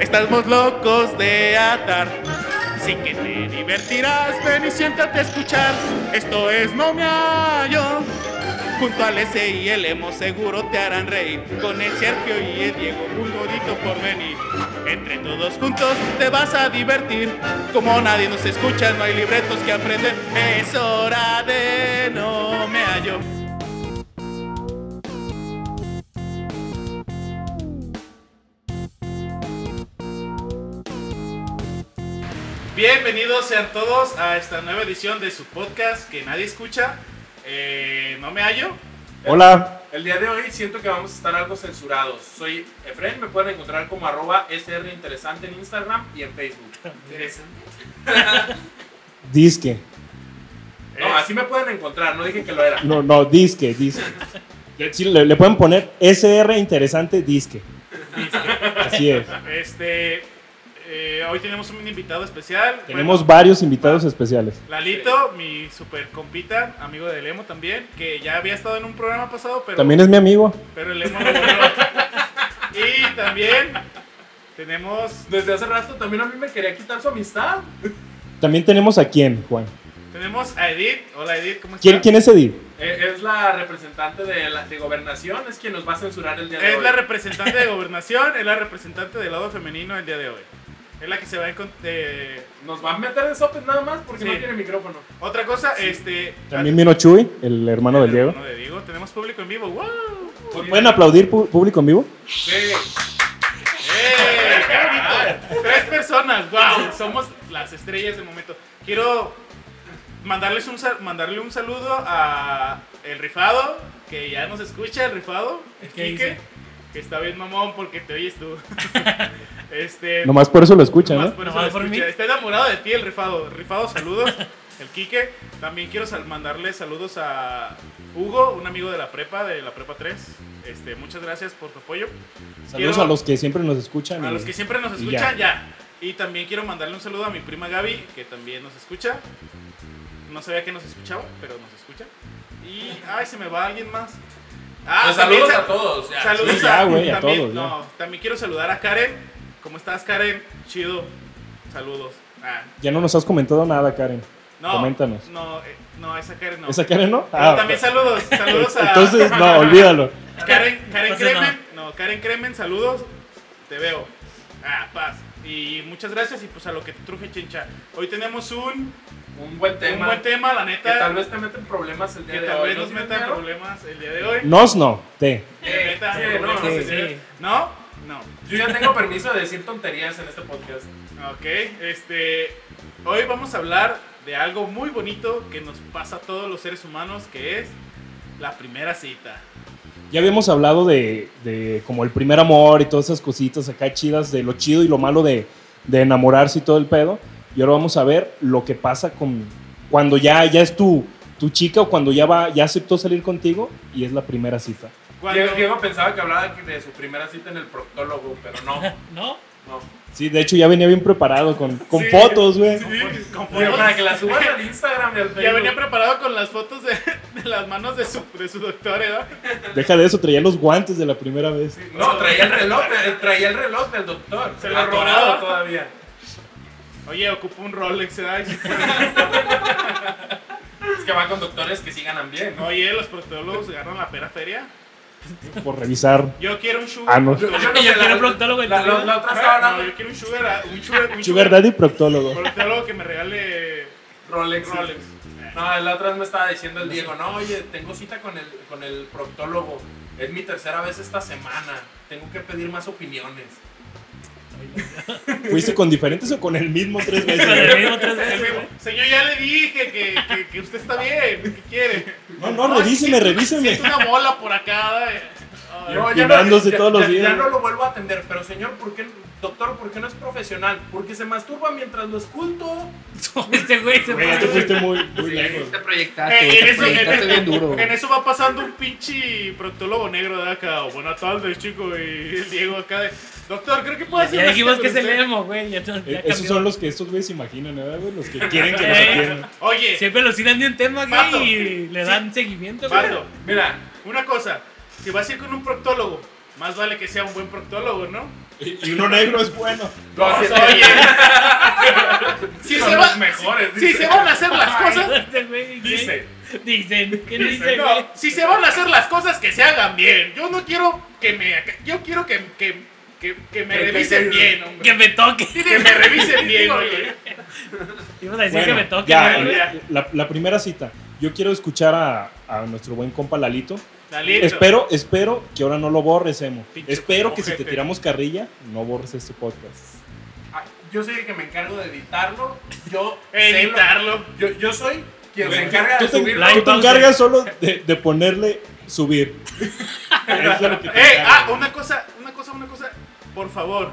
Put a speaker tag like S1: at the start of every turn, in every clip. S1: Estamos locos de atar. Sí que te divertirás, ven y siéntate a escuchar. Esto es No Me Hallo. Junto al S y el Emo seguro te harán reír. Con el Sergio y el Diego, un bonito por venir. Entre todos juntos te vas a divertir. Como nadie nos escucha, no hay libretos que aprender. Es hora de No Me Hallo. Bienvenidos sean todos a esta nueva edición de su podcast que nadie escucha. Eh, no me hallo.
S2: Hola,
S3: El día de hoy siento que vamos a estar algo censurados. Soy Efren, me pueden encontrar como arroba srinteresante en Instagram y en Facebook.
S2: disque.
S3: No, así me pueden encontrar, no dije que lo era.
S2: No, no, disque, disque. Sí, le, le pueden poner SR interesante disque. Así es.
S1: Este, eh, hoy tenemos un invitado especial.
S2: Tenemos
S1: Bueno,
S2: varios invitados especiales.
S1: Lalito, mi super compita, amigo de Lemo también, que ya había estado en un programa pasado, pero,
S2: También es mi amigo.
S1: pero el Lemo lo borró. Y también tenemos,
S3: Desde hace rato también a mí me quería quitar su amistad.
S2: También tenemos a quién, Juan.
S1: tenemos a Edith. Hola Edith, ¿cómo estás?
S2: ¿Quién, quién es Edith?
S3: Eh, es la representante de, la, de gobernación, es quien nos va a censurar el día de
S1: Es
S3: hoy.
S1: la representante de gobernación, es la representante del lado femenino el día de hoy. Es la que se va a encon- eh,
S3: Nos va a meter en sopes nada más porque
S1: Sí.
S3: no tiene micrófono.
S1: Otra cosa, este.
S2: También vino Chuy, el hermano del Diego.
S1: Hermano de Diego. Tenemos público en vivo. ¡Wow! Pues
S2: ¿Pueden aplaudir pu- público en vivo?
S3: Sí.
S1: ¡Eh! ¡Qué bonito! Tres personas. ¡Wow! Somos las estrellas del momento. Quiero mandarles un, sal- mandarle un saludo a el rifado, que ya nos escucha, el rifado. El
S4: ¿Qué
S1: Quique,
S4: dice?
S1: que está bien mamón porque te oyes tú. este.
S2: Nomás por eso lo escuchan,
S1: Nomás
S2: ¿no?
S1: por eso
S4: Nomás
S1: lo
S4: por
S1: escuché.
S4: mí.
S1: Está enamorado de ti el rifado. Rifado, saludos. El Quique. También quiero sal- mandarle saludos a Hugo, un amigo de la prepa, de la prepa 3. Este, muchas gracias por tu apoyo.
S2: Saludos
S1: Quiero-
S2: a los que siempre nos escuchan.
S1: A
S2: y-
S1: los que siempre nos
S2: y
S1: escuchan, ya. Y también quiero mandarle un saludo a mi prima Gaby, que también nos escucha. No sabía que nos escuchaba, pero nos escucha. Y, ay, se me va alguien más. Ah,
S3: Pues
S1: también
S3: saludos
S1: sa-
S3: a todos. ya.
S1: Saludos
S2: Sí, ya,
S1: a,
S2: güey, a
S1: también,
S2: todos, ya.
S1: no, también quiero saludar a Karen. ¿Cómo estás, Karen? Chido. Saludos. Ah,
S2: Ya no nos has comentado nada, Karen.
S1: no,
S2: Coméntanos.
S1: No, eh, no, esa Karen no.
S2: ¿Esa Karen no? Ah,
S1: Pero también saludos. Saludos a
S2: Entonces, no, olvídalo.
S1: Karen, Karen
S4: Entonces,
S1: Cremen. No. Karen Cremen, saludos. Te veo. Ah, paz. Y muchas gracias y pues a lo que te truje, chincha. Hoy tenemos un,
S3: Un buen
S1: un
S3: tema.
S1: buen tema, la neta.
S3: Que tal vez te meten problemas el
S1: que
S3: día de
S1: tal
S3: hoy.
S1: vez
S3: ¿No
S1: nos
S3: tienes
S1: metan
S3: miedo?
S1: problemas el día de hoy.
S2: Nos no, te.
S1: Que
S3: Eh,
S1: metan
S3: sí, no,
S1: problemas
S3: no,
S1: el
S4: sí,
S1: día de
S4: sí.
S1: hoy. ¿No? No.
S3: Yo ya tengo permiso de decir tonterías en este podcast.
S1: Ok, este. Hoy vamos a hablar de algo muy bonito que nos pasa a todos los seres humanos, que es la primera cita.
S2: Ya habíamos hablado de, de como el primer amor y todas esas cositas acá chidas, de lo chido y lo malo de, de enamorarse y todo el pedo. Y ahora vamos a ver lo que pasa con cuando ya, ya es tu, tu chica o cuando ya, va, ya aceptó salir contigo y es la primera cita.
S1: Cuando-
S3: Diego, Diego pensaba que hablaba de su primera cita en el proctólogo, pero no,
S4: ¿No?
S3: no.
S2: Sí, de hecho ya venía bien preparado con, con
S1: Sí.
S2: fotos, güey.
S1: Sí, con
S3: Digo,
S1: fotos.
S3: para que la suban al Instagram y al
S1: Ya venía
S3: Facebook.
S1: preparado con las fotos de, de las manos de su, de su doctor, ¿eh?
S2: Deja de eso, traía los guantes de la primera vez.
S3: No, traía el reloj, eh, traía el reloj del doctor.
S1: Se lo
S3: Atorado
S1: robaba.
S3: todavía.
S1: Oye, ocupo un Rolex, ¿eh?
S3: Es que va con doctores que sí ganan bien, ¿no?
S1: Oye, los proctólogos agarran la pera feria.
S2: Por revisar.
S1: Yo quiero un sugar.
S2: Ah, no.
S3: no
S4: Yo quiero proctólogo en
S3: la,
S4: tu
S3: la,
S4: vida.
S3: la otra estaba
S1: No,
S3: hablando
S1: yo quiero un sugar, ah, un sugar, un
S2: Sugar Daddy proctólogo.
S1: proctólogo que me regale
S3: Rolex.
S1: Rolex.
S3: No, la otra vez me estaba diciendo el Diego, no, oye, tengo cita con el, con el proctólogo. Es mi tercera vez esta semana. Tengo que pedir más opiniones.
S2: ¿Fuiste con diferentes o con el mismo tres veces?
S4: Con el mismo tres
S1: El
S4: veces.
S1: mismo, Señor, ya le dije que, que- que usted está bien. ¿Qué quiere?
S2: No, no, revíseme, revíseme.
S1: Siento una bola por acá. eh. Ay,
S3: No,
S2: empinándose todos los
S3: ya-
S2: días.
S3: ya no lo vuelvo a atender, pero señor, ¿por qué, doctor, por qué no es profesional? Porque se masturba mientras lo esculto.
S4: Este güey se
S2: Güey, ya te
S4: pasó.
S2: fuiste muy, muy lejos.
S5: Te
S3: Ah,
S5: proyectaste,
S1: Eh, en,
S5: te
S1: eso, en-
S5: proyectaste bien duro.
S1: en eso va pasando un pinche proctólogo negro de acá. Buenas tardes, chico. Y el Diego acá de. Doctor, creo que puede hacer.
S4: Ya
S1: una
S4: dijimos
S1: cita
S4: que es
S1: con
S4: el
S1: usted".
S4: emo, güey. Ya, ya
S2: Eh, Esos
S4: cambió.
S2: son los que estos güeyes se imaginan, ¿verdad, güey? Los que quieren que los
S4: Eh.
S2: atiendan.
S1: Oye,
S4: Siempre los tiran de un tema,
S1: Vato.
S4: güey, y le dan seguimiento, güey.
S1: vato,
S3: Mira,
S1: una cosa. Si vas a ir con un proctólogo, más vale que sea un buen proctólogo, ¿no?
S2: Y uno negro es bueno.
S1: Oye, si
S3: son
S1: se,
S3: los
S1: va-
S3: mejores.
S1: si
S3: dice.
S1: se van a hacer las cosas,
S4: Este güey, ¿qué?
S3: Dice.
S4: Dicen. ¿Qué
S3: Dice,
S4: dice,
S3: no.
S4: güey?
S1: si se van a hacer las cosas, que se hagan bien. Yo no quiero que me, yo quiero que, que, que, que me
S3: Que- que-
S1: revisen
S3: que-
S1: bien, hombre.
S4: Que me toque.
S1: Que me revisen bien, oye.
S4: Ibas a decir que
S2: Bueno,
S4: me toque.
S2: ya,
S4: ¿no?
S2: eh, la, la primera cita. Yo quiero escuchar a, a nuestro buen compa Lalito.
S1: Lalito.
S2: Espero, espero que ahora no lo borres, Emo.
S1: Pinche
S2: espero que si te
S1: ojete.
S2: tiramos carrilla, no borres este podcast.
S3: Ah, Yo soy el que me encargo de editarlo. Yo sé lo-
S1: Editarlo.
S3: Yo, yo soy quien se
S1: Bueno,
S3: encarga
S2: Tú
S3: de
S2: te,
S3: subirlo.
S2: tú te
S4: Pause.
S2: encargas solo de, de ponerle subir. Eso es lo que te
S1: Eh,
S2: encargas.
S1: ah, una cosa, una cosa, una cosa. Por favor,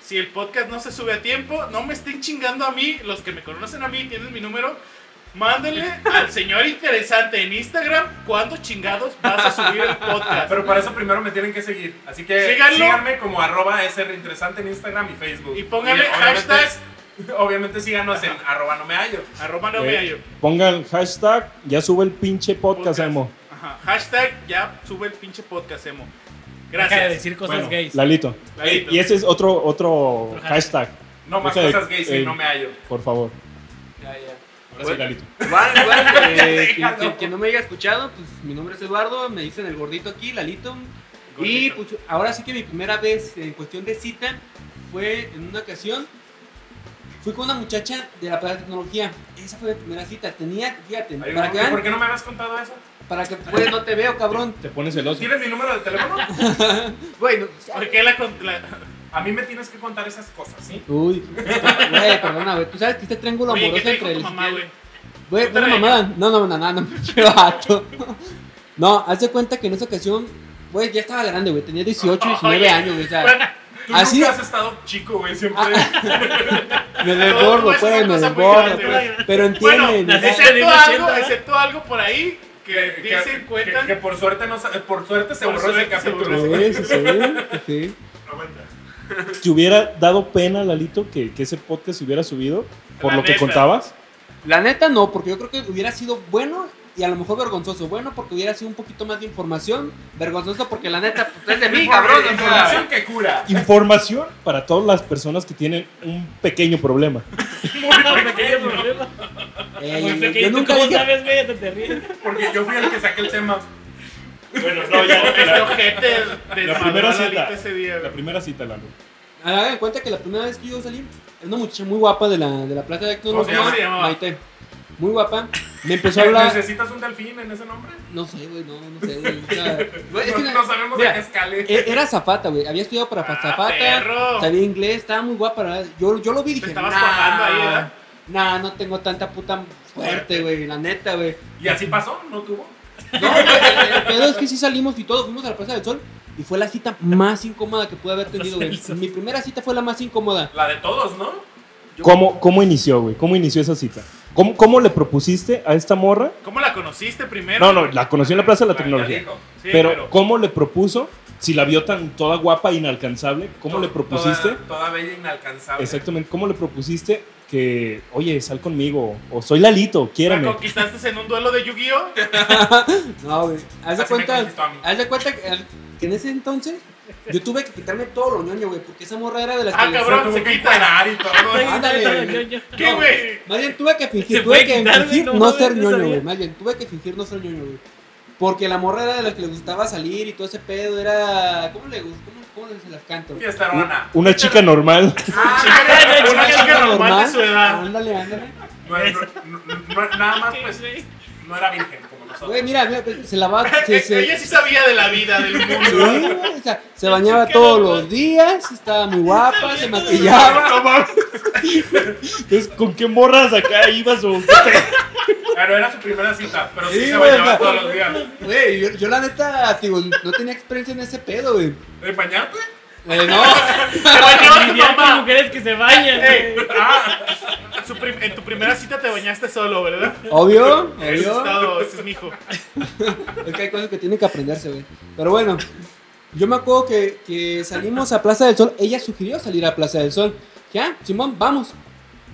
S1: si el podcast no se sube a tiempo, no me estén chingando a mí, los que me conocen a mí y tienen mi número. Mándenle al señor interesante en Instagram cuándo chingados vas a subir el podcast.
S3: Pero para eso primero me tienen que seguir. Así que
S1: Síganlo.
S3: síganme como arroba SRinteresante en Instagram y Facebook.
S1: Y pónganle
S3: obviamente-
S1: hashtags.
S3: Obviamente síganos en arroba no me hallo.
S1: Arroba no
S2: Eh,
S1: me hallo.
S2: Pongan hashtag, ya sube el pinche podcast,
S1: Podcast.
S2: Emo.
S1: Ajá. Hashtag ya sube el pinche podcast, Emo.
S4: Deja de
S1: Gracias.
S4: decir cosas
S2: Bueno,
S4: gays.
S2: Lalito.
S1: Lalito.
S2: Y ese es otro, otro
S4: Otro
S2: hashtag,
S3: No más
S2: O sea,
S3: cosas gays
S2: eh,
S3: y no me hallo.
S2: por favor.
S3: Ya, ya.
S2: Ahora sí, Lalito.
S6: Igual, igual, eh, quien,
S3: Déjalo.
S6: quien- quien no me haya escuchado, pues mi nombre es Eduardo, me dicen el gordito aquí, Lalito. Y pues ahora sí que mi primera vez en cuestión de cita fue en una ocasión. Fui con una muchacha de la Plaza de tecnología. Esa fue mi primera cita. Tenía, fíjate,
S3: Ay,
S6: para que,
S3: ¿por- ¿Por
S6: vean,
S3: qué no me habías contado eso?
S6: para que pues no te veo, cabrón.
S2: Te pones celoso.
S3: ¿Tienes mi número de teléfono?
S6: Bueno,
S1: ¿Por qué la, con- la-
S3: A mí me tienes que contar esas cosas, ¿sí?
S6: uy, güey, perdona, güey. Tú sabes que este triángulo
S1: Oye, ¿qué
S6: amoroso
S1: te
S6: entre
S1: dijo tu
S6: el
S1: mamá, güey?
S6: Güey,
S1: ¿Tú
S6: una
S1: también?
S6: mamada. No, no, no, no, no, pinche vato. No, haz de cuenta que en esa ocasión, güey, ya estaba grande, güey. Tenía 18, 19
S1: Oye.
S6: años, güey. O sea,
S1: Bueno,
S3: Tú
S6: Así-
S3: nunca has estado chico, güey, siempre.
S6: Ah. me
S1: no,
S6: desbordo,
S1: tú es
S6: pues,
S1: una
S6: me
S1: cosa muy
S6: desbordo.
S1: grande,
S6: pues.
S1: güey.
S6: Pero
S1: Bueno,
S6: entienden.
S4: las
S6: ¿sabes?
S4: escenas-
S1: excepto algo,
S4: ¿verdad?
S1: excepto algo por ahí que
S3: que-
S1: dicen,
S3: que-
S1: cuentan.
S3: que por suerte no sa- por suerte se
S1: Por
S3: borró ese
S1: suerte se
S3: capítulo.
S1: borró.
S6: Sí, sí, sí, sí.
S1: Aguanta.
S2: ¿Te hubiera dado pena, Lalito, que, que ese podcast se hubiera subido por
S1: La
S2: lo que
S1: neta.
S2: contabas?
S6: La neta no, porque yo creo que hubiera sido bueno y a lo mejor vergonzoso. Bueno, porque hubiera sido un poquito más de información. Vergonzoso porque la neta, pues, es de mí, cabrón. o sea.
S3: Información que cura.
S2: Información para todas las personas que tienen un pequeño problema.
S4: Muy pequeño problema.
S6: Eh,
S4: Muy
S6: yo
S4: pequeño. ¿Tú
S6: nunca
S4: cómo
S6: dije,
S4: sabes, güey? Hasta Te ríes.
S3: Porque yo fui el que saqué el tema.
S2: Bueno, no,
S1: Este ojete desmadró
S2: primera
S1: a
S2: cita.
S1: Lalito ese día,
S2: La
S1: güey.
S2: primera cita, Lalo.
S6: hagan cuenta que la primera vez que yo salí, era una muchacha muy guapa de la, de la plaza de
S1: ¿Cómo
S6: actores,
S1: se llama? Se llamaba.
S6: Maite. Muy guapa. Me empezó a hablar.
S3: ¿Necesitas un delfín en ese nombre?
S6: No sé, güey, no, no sé, güey. O sea, güey, es
S3: No,
S6: que
S3: no sabemos
S6: mira,
S3: a qué escale.
S6: e- Era zafata, güey. Había estudiado para
S1: Ah,
S6: zafata.
S1: perro.
S6: Sabía inglés, estaba muy guapa. la verdad. Yo, yo lo vi y dije,
S1: estabas
S6: nah,
S1: cuajando ahí, ¿verdad?
S6: nah, no tengo tanta puta suerte, güey. La neta, güey.
S3: Y así pasó, no tuvo.
S6: No, güey, el- el pedo es que sí salimos y todos fuimos a la Plaza del Sol. Y fue la cita más incómoda que pude haber tenido, güey.
S4: Plaza del Sol.
S6: Mi primera cita fue la más incómoda.
S3: La de todos, ¿no?
S2: ¿Cómo, ¿Cómo inició, güey? ¿Cómo inició esa cita? ¿Cómo, ¿Cómo le propusiste a esta morra?
S1: ¿Cómo la conociste primero?
S2: No, no, la conocí en la Plaza de la
S3: Ya
S2: Tecnología.
S3: dijo.
S1: Sí,
S2: pero, ¿cómo le propuso? Si la vio tan toda guapa e inalcanzable, ¿cómo
S3: To-
S2: le propusiste?
S3: Toda, toda bella inalcanzable.
S2: Exactamente, ¿cómo le propusiste que, oye, sal conmigo? O soy Lalito,
S1: ¿La
S2: quiéreme.
S1: conquistaste en un duelo de Yu-Gi-Oh?
S6: No, güey. Haz
S3: Así
S6: de
S3: me
S6: cuenta.
S3: conquistó a mí.
S6: Haz de cuenta que, que en ese entonces yo tuve que quitarme todo lo ñoño, güey, porque esa morra era de las
S1: Ah,
S6: que.
S1: cabrón,
S3: tuvo
S1: se
S3: que
S1: quita.
S3: encuerar y todo.
S6: Ándale.
S4: Yo, yo, yo.
S1: ¿Qué,
S6: No.
S1: güey?
S6: Más bien tuve que
S4: Se
S6: fingir,
S4: puede
S6: tuve que
S4: quitar, güey,
S6: fingir
S4: no
S6: no,
S4: mames, no
S6: ser ñoño,
S4: sabía.
S6: güey. Más bien tuve que fingir no ser ñoño, güey. Porque la morra era de las que le gustaba salir y todo ese pedo era. ¿Cómo le gustó? ¿Cómo, cómo se las canto? güey?
S3: Fiesta hermana.
S2: Una chica normal.
S4: Ah,
S1: Chica- Una chica normal de su edad.
S6: Ándale, ándale.
S3: No, no- no- no- nada más, pues,
S4: Güey.
S3: no era virgen como nosotros.
S6: Güey, mira, mira, se lavaba. Se, se,
S1: Eh, Ella sí sabía de la vida, del
S6: sí,
S1: mundo.
S6: güey, o sea, se bañaba todos los días, estaba muy guapa, se maquillaba.
S2: No mames. Entonces, ¿con qué morras acá ibas o
S3: Pero era su primera cita, pero sí,
S6: Sí,
S3: se
S6: güey,
S3: bañaba
S6: la-
S3: todos los días.
S6: Güey, yo, yo la neta, digo, no tenía experiencia en ese pedo, güey.
S3: ¿Eh, bañarte?
S6: Eh, no.
S1: Te bañó tu
S4: Lidiar con
S1: mamá.
S4: mujeres que se bañan.
S1: Ey,
S4: güey.
S3: Ah,
S1: su prim- en tu primera cita te bañaste solo, ¿verdad?
S6: Obvio,
S1: Ese es
S6: obvio.
S1: estado, ese es mi hijo.
S6: Es que hay cosas que tienen que aprenderse, güey. Pero bueno, yo me acuerdo que, que salimos a Plaza del Sol. Ella sugirió salir a Plaza del Sol. Ya, Simón, vamos.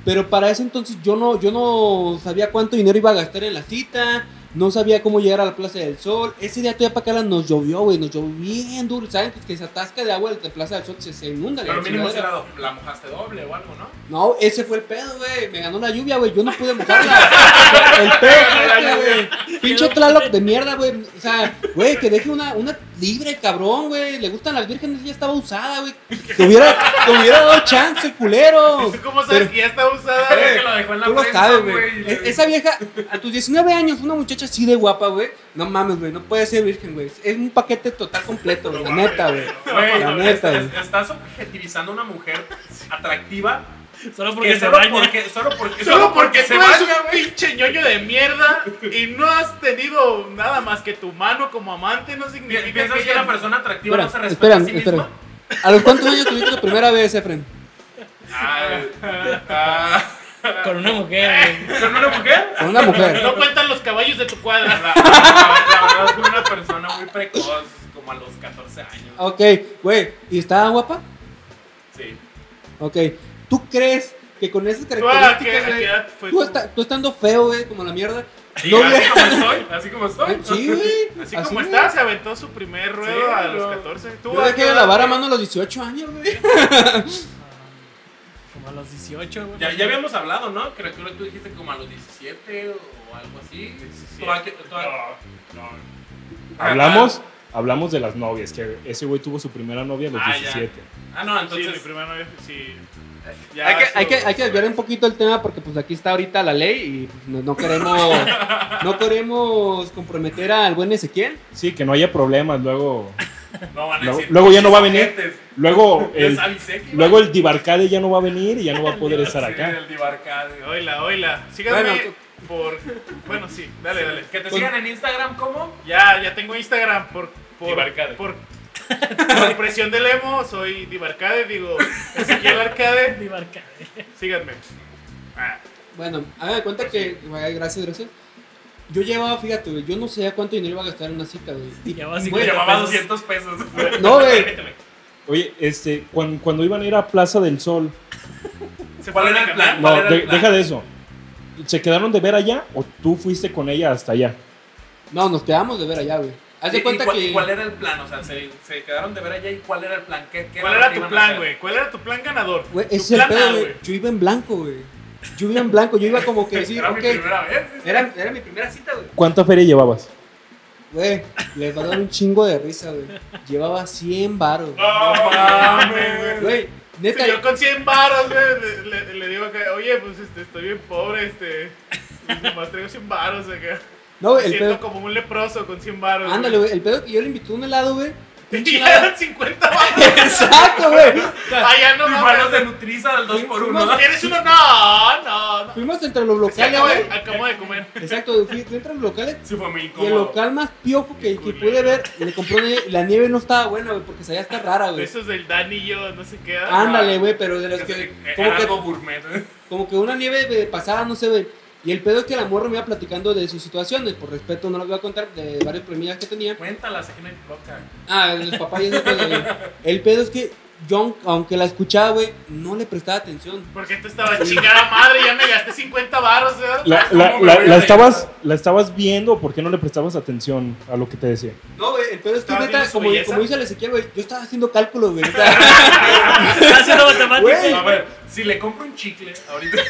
S6: Pero para ese entonces yo no, yo no sabía cuánto dinero iba a gastar en la cita. No sabía cómo llegar a la Plaza del Sol. Ese día todavía para acá nos llovió, güey. Nos llovió bien duro. ¿Saben? Pues que se atasca de agua de la Plaza del Sol, se, se inunda.
S3: Pero
S6: la
S3: mínimo si
S6: chingadera.
S3: la, do- la mojaste doble o algo, ¿no?
S6: No, ese fue el pedo, güey. Me ganó la lluvia, güey. Yo no pude mojarla. el pedo fue este, güey. Pinche Tlaloc de mierda, güey. O sea, güey, que deje una, una libre, cabrón, güey. Le gustan las vírgenes, ya estaba usada, güey. Te hubiera, te hubiera dado chance, culero.
S1: ¿Cómo sabes que ya está usada,
S3: Creo
S1: güey?
S3: que lo dejó en la
S6: Tú lo
S3: prensa,
S6: sabes, güey. E- Esa vieja, a tus 19 años, una muchacha así de guapa, güey. No mames, güey. No puede ser virgen, güey. Es un paquete total completo, güey. La neta, güey.
S3: Güey,
S6: La
S3: no,
S6: neta,
S3: es-
S6: güey.
S3: es- estás objetivizando a una mujer atractiva
S4: Solo porque
S3: que
S4: se
S3: solo
S4: baña.
S3: porque, solo porque,
S1: Solo porque
S3: se
S1: tú eres
S3: baña,
S1: un
S3: güey.
S1: pinche ñoño de mierda y no has tenido nada más que tu mano como amante, no
S3: Pi-
S1: significa
S3: ¿Piensas que
S1: ella-
S3: una persona atractiva
S6: Espera,
S3: no se respeta
S6: espera,
S3: a sí misma?
S6: espera. ¿A los cuántos años tuviste tu primera vez, Efren?
S1: Ah,
S4: Con una mujer, güey.
S3: ¿Con una mujer?
S6: Con una mujer.
S1: no cuentan los caballos de tu
S3: La,
S1: cuadra.
S3: la- la verdad es que una persona muy precoz, como a los 14 años.
S2: Oh.
S6: Ok, güey. ¿Y estaba guapa?
S3: Sí.
S6: Ok. ¿Tú crees que con esas
S1: ¿Tú a qué,
S6: características,
S1: a qué
S6: güey,
S1: edad fue
S6: tú,
S1: tu-
S6: esta- tú estando feo, güey, como la mierda?
S3: Sí,
S6: No,
S3: así
S6: güey.
S3: como estoy, así como
S2: Ah,
S3: estoy.
S6: Sí, güey.
S1: Así como
S6: güey.
S1: está, se aventó su primer ruedo
S3: Sí,
S1: a los
S3: no.
S1: 14. ¿Tú
S6: Yo
S1: a qué
S6: dejé de
S1: edad,
S6: lavar a
S1: güey?
S6: mano a los 18 años, güey.
S4: Como a los 18, güey.
S3: Ya, ya habíamos hablado, ¿no? Creo que tú dijiste como a los 17 o algo así. ¿Tú a qué- tú a-
S1: No, no.
S2: Hablamos, hablamos de las novias, que ese güey tuvo su primera novia a los
S3: Ah, ya.
S2: 17.
S3: Ah, no,
S1: Sí, mi
S3: entonces.
S1: primera novia, sí.
S6: hay, que,
S1: eso-
S6: hay, que, hay que desviar un poquito el tema porque pues aquí está ahorita la ley y pues, no, no queremos no queremos comprometer al buen Ezequiel.
S2: Sí, que no haya problemas. Luego,
S3: no van a
S2: Luego-
S3: decir,
S2: luego ya no va a
S3: "Pinches
S2: venir".
S3: ojetes".
S2: luego el,
S3: Les avisé que iba
S2: luego
S3: a
S2: el Divarcade ya no va a venir y ya no va a poder estar
S3: venir
S2: acá.
S3: el Divarcade.
S1: Oila, oila. Síganme
S6: Bueno,
S1: por. Bueno, sí, dale, dale.
S3: Que te
S2: Pues
S6: Con-
S3: sigan en Instagram como
S1: Ya, ya tengo Instagram por. Por,
S3: Divarcade.
S1: por, por presión del emo, soy Divarcade, digo Ezequiel Arcade.
S4: Divarca.
S1: Síganme. Ah,
S6: Bueno, hagan de cuenta que, güey, gracias, gracias. Yo llevaba, fíjate, güey, yo no sabía cuánto dinero iba a gastar en una cita, güey. Y-
S4: Llevaba así
S6: güey,
S4: como-
S2: pues,
S3: llevaba
S4: pesos.
S3: 200 pesos.
S6: No, güey.
S1: permíteme.
S2: Oye, este, cuando, cuando iban a ir a Plaza del Sol,
S1: Se
S3: ¿Cuál
S1: fueron
S3: era
S1: a
S3: el
S1: caminar.
S3: ¿Cuál
S2: no,
S3: era el
S2: de-
S3: plan?
S2: deja de eso. ¿Se quedaron de ver allá o tú fuiste con ella hasta allá?
S6: No, nos quedamos de ver allá, güey. Haz
S3: ¿Y-
S6: de
S3: y
S6: cuenta
S3: cuál-
S6: que...
S3: y ¿Cuál era el plan? O sea, se, se quedaron de ver allá y cuál era el plan. ¿Qué, qué
S1: ¿Cuál
S3: lo
S1: era
S3: que
S1: tu
S3: iban a
S1: plan,
S3: hacer?
S1: güey? ¿Cuál era tu plan ganador?
S6: Güey,
S1: Tu
S6: ese es
S1: plan
S6: el
S1: A,
S6: pedo, güey. Yo iba en blanco, güey. Yo iba en blanco, yo iba como que decir,
S3: Era mi
S6: ok.
S3: primera vez. sí, sí.
S6: Era, era mi primera cita, güey.
S2: ¿Cuánta feria llevabas?
S6: Güey, les va a dar un chingo de risa, güey. Llevaba 100 baros, güey.
S1: No mames, Ah, güey.
S6: Güey, neta,
S1: Sí, Oh, yo con 100 baros, güey, le, le- le digo acá, oye, pues este, estoy bien pobre, este. pues, Nomás traigo 100 baros acá.
S6: no, güey,
S1: Me
S6: el
S1: siento
S6: pedo.
S1: como un leproso con 100 baros.
S6: Ándale, güey, el pedo que yo le invité un helado, güey.
S1: Te
S6: Pinche helado.
S1: quedan 50 baros.
S6: Exacto, güey.
S1: Ah, ya no
S3: Mi mano
S1: mames.
S3: se nutriza del 2x1.
S6: Fuimos-
S1: ¿Eres uno? No, no, no.
S6: Fuimos entre los
S1: Es que
S6: locales,
S1: acabo, de,
S6: güey.
S1: acabo de comer.
S6: Exacto, güey, fui fui entre los locales.
S3: Sí, fue muy
S6: Y el
S3: incómodo.
S6: local más piojo que, que pude ver, le compró nieve, y la nieve no estaba buena, güey, porque sabía estar rara, güey.
S1: Eso es del Dani y yo, no sé qué.
S6: Ándale, güey, pero de los
S3: Que se-
S6: que.
S3: era
S6: Como que
S3: algo gourmet. ¿eh?
S6: como que una nieve de pasada, no sé, güey. Y el pedo es que la morra me iba platicando de sus situaciones, por respeto no las voy a contar, de varios problemillas que tenía.
S3: Cuéntalas, aquí no hay loca.
S6: Ah, los papás y eso, pues, güey. El pedo es que yo, aunque la escuchaba, güey, no le prestaba atención.
S1: Porque tú estabas chingada madre, ya me gasté 50 baros, ¿verdad?
S2: La,
S3: Ah, ¿cómo
S2: la-
S3: me
S2: la-
S3: voy a
S2: la
S3: reír?
S2: estabas, ¿La estabas viendo? ¿Por qué no le prestabas atención a lo que te decía?
S6: No, güey, el pedo es que,
S1: ¿Estabas
S6: neta,
S1: viendo su
S6: como,
S1: belleza?
S6: como dice el Ezequiel, güey, yo estaba haciendo cálculos, güey. o sea,
S4: Está haciendo
S6: Güey.
S4: matemáticas.
S3: A ver, si le compro un chicle ahorita,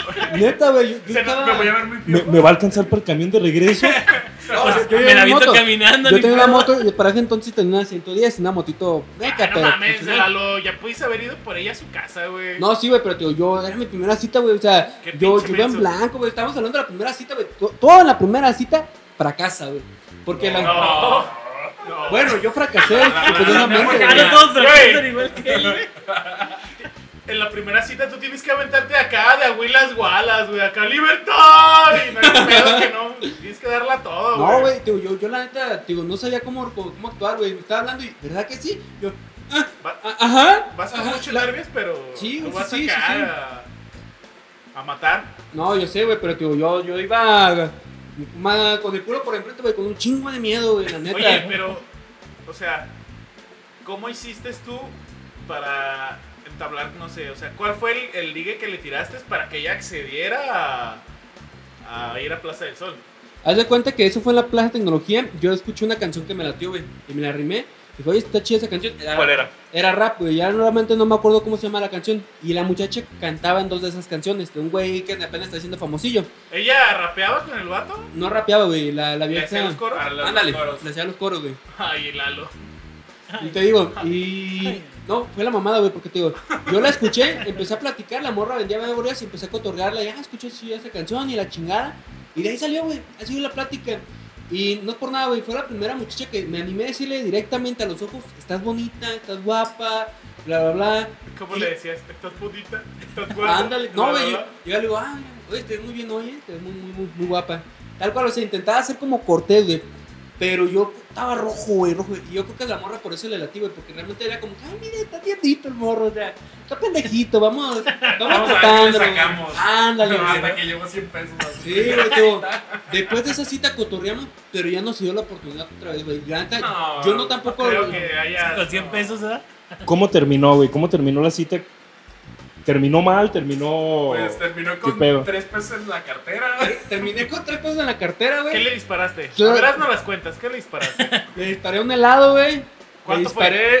S6: neta, güey, yo,
S3: se
S6: yo
S3: nos-
S6: estaba...
S3: me voy a ver muy
S2: ¿Me,
S3: piojo.
S2: me va a alcanzar para el camión de regreso?
S6: No, yo
S4: pues, Me
S6: tenía
S4: la
S6: una
S4: viento
S6: moto.
S4: caminando.
S6: Yo
S4: ni
S6: tenía una
S4: pedo.
S6: moto y para ese entonces tenía una 110, una motito
S1: Ay,
S6: meca,
S1: no
S6: pero...
S1: mames,
S6: pues,
S1: Lalo, ya pudiste haber ido por ella a su casa, güey.
S6: No, sí, güey, pero te digo, yo era mi primera cita, güey. O sea,
S1: Qué
S6: yo,
S1: pinche
S6: yo iba en
S1: menso.
S6: blanco, güey. Estábamos hablando de la primera cita, güey. To- Toda la primera cita fracasa, güey. Porque la.
S1: No, no.
S6: Bueno, yo fracasé pues,
S3: no,
S6: estupendamente,
S3: no,
S4: Ah,
S6: güey.
S4: no, todos
S1: Güey.
S4: fracasan igual que él, güey.
S1: En la primera cita tú tienes que aventarte acá de Aguilas Gualas, güey, acá libertad. Y no hay pedo que no. Tienes que darla todo, güey.
S6: No, güey, te digo, yo, yo la neta, te digo, no sabía cómo, cómo, cómo actuar, güey. Me estaba hablando y, ¿verdad que sí? Yo, ah,
S1: Va-
S6: ah, ajá.
S1: Vas con
S6: ajá,
S1: muchos
S6: la-
S1: nervios, pero
S6: Sí,
S1: no
S6: sí,
S1: vas
S6: sí,
S1: a
S6: sí,
S1: caer
S6: sí.
S1: A, a matar.
S6: No, yo sé, güey, pero te digo, yo, yo iba ma- con el culo por enfrente, güey, con un chingo de miedo, güey, la neta.
S1: Oye, pero, o sea, ¿cómo hiciste tú para entablar, no sé, o sea, cuál fue el, el ligue que le tiraste para que ella accediera a, a ir a Plaza del Sol?
S6: Haz de cuenta que eso fue en la Plaza Tecnología. Yo escuché una canción que me latió, güey. Y me la rimé. Dije, oye, está chida esa canción. Era,
S1: ¿Cuál era?
S6: era rap, güey. Ya realmente no me acuerdo cómo se llama la canción. Y la muchacha cantaba en dos de esas canciones. De un güey que apenas está siendo famosillo.
S1: ¿Ella rapeaba con el vato?
S6: No rapeaba, güey. La, la
S1: ¿Le hacía
S6: vieja.
S1: los coros?
S3: Para los
S6: Ándale,
S3: coros.
S6: le hacía los coros, güey.
S1: Ay, Lalo.
S6: Y te digo, y. No, fue la mamada, güey, porque te digo, yo la escuché, empecé a platicar, la morra vendía memorias y empecé a cotorrearla, y ah, escuché sí, esa canción y la chingada. Y de ahí salió, güey, ha sido la plática. Y no es por nada, güey, fue la primera muchacha que me animé a decirle directamente a los ojos, estás bonita, estás guapa, bla, bla, bla.
S1: ¿Cómo
S6: Y-
S1: le decías? ¿Estás bonita? ¿Estás guapa?
S6: Ándale, no, güey, yo,
S1: Lalo.
S6: yo le digo, ah, oye, te ves muy bien hoy, eh, te ves muy, muy, muy, muy guapa. Tal cual, o sea, intentaba hacer como cortés, güey. Pero yo estaba rojo, güey, rojo. güey. Y yo creo que la morra por eso le latí, güey, porque realmente era como, ay, mira, está tiendito el morro, o sea, está pendejito, vamos, vamos
S3: Vamos a ver qué le
S6: tratando. güey.
S3: sacamos.
S6: Ándale, güey.
S3: Hasta que llegó 100 pesos. así.
S6: Sí, güey, tú. Después de esa cita cotorreamos, pero ya nos dio la oportunidad otra vez, güey. La neta, yo no tampoco.
S1: Creo que haya.
S4: Con 100 pesos, ¿verdad?
S2: ¿Cómo terminó, güey? ¿Cómo terminó la cita? ¿Terminó mal? ¿Terminó...?
S3: Pues terminó
S2: ¿Qué
S3: con
S2: pedo?
S3: 3 pesos en la cartera.
S6: Terminé con tres pesos en la cartera,
S1: ¿Qué
S6: güey.
S1: le disparaste?
S6: Yo-
S1: A ver, no las cuentas. ¿Qué le disparaste?
S6: Le disparé un helado, güey. Le
S1: ¿Cuánto
S6: disparé-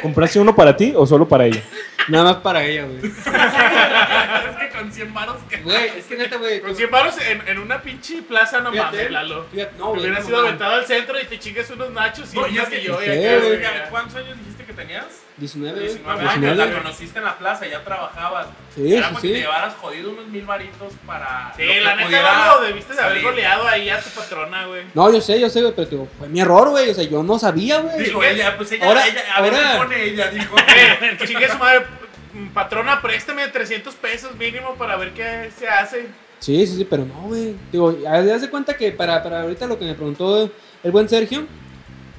S1: fue?
S2: ¿Compraste uno para ti o solo para ella?
S6: Nada más para ella, güey.
S3: es que con 100 baros que.
S6: Güey, es que neta, güey.
S1: Con 100 baros en, en una pinche plaza, no
S6: Fíjate.
S1: mames, Lalo.
S6: Fíjate,
S1: Te
S6: no, güey.
S1: hubieras
S6: no,
S1: sido
S6: no.
S1: aventado al centro y te chingues unos nachos y
S3: No, y es
S1: unas
S3: que
S1: yo.
S6: Sí,
S1: y acá,
S6: güey.
S1: güey.
S3: Oiga, ¿Cuántos años dijiste que tenías?
S6: 19, güey.
S3: 19 años.
S6: 19.
S3: La conociste en la plaza, ya trabajabas.
S6: Sí,
S3: Era
S6: sí,
S3: para que
S6: sí.
S3: te llevaras jodido unos mil varitos para. lo
S1: Sí,
S3: que
S1: la neta,
S3: pudiera
S1: Lalo, debiste de haber
S3: salir.
S1: goleado ahí a tu patrona, güey.
S6: No, yo sé, yo sé, güey, pero digo, fue mi error, güey. O sea, yo no sabía, güey.
S3: Dijo ella, pues ella,
S6: Ahora-
S3: ella, a ver
S6: ahora-
S3: qué pone ella, dijo.
S1: Eh, chingue su madre. mm, Patrona, préstame 300 pesos mínimo para ver qué se hace.
S6: Sí, sí, sí, pero no, güey. Digo, haz haz de cuenta que para, para ahorita lo que me preguntó el buen Sergio,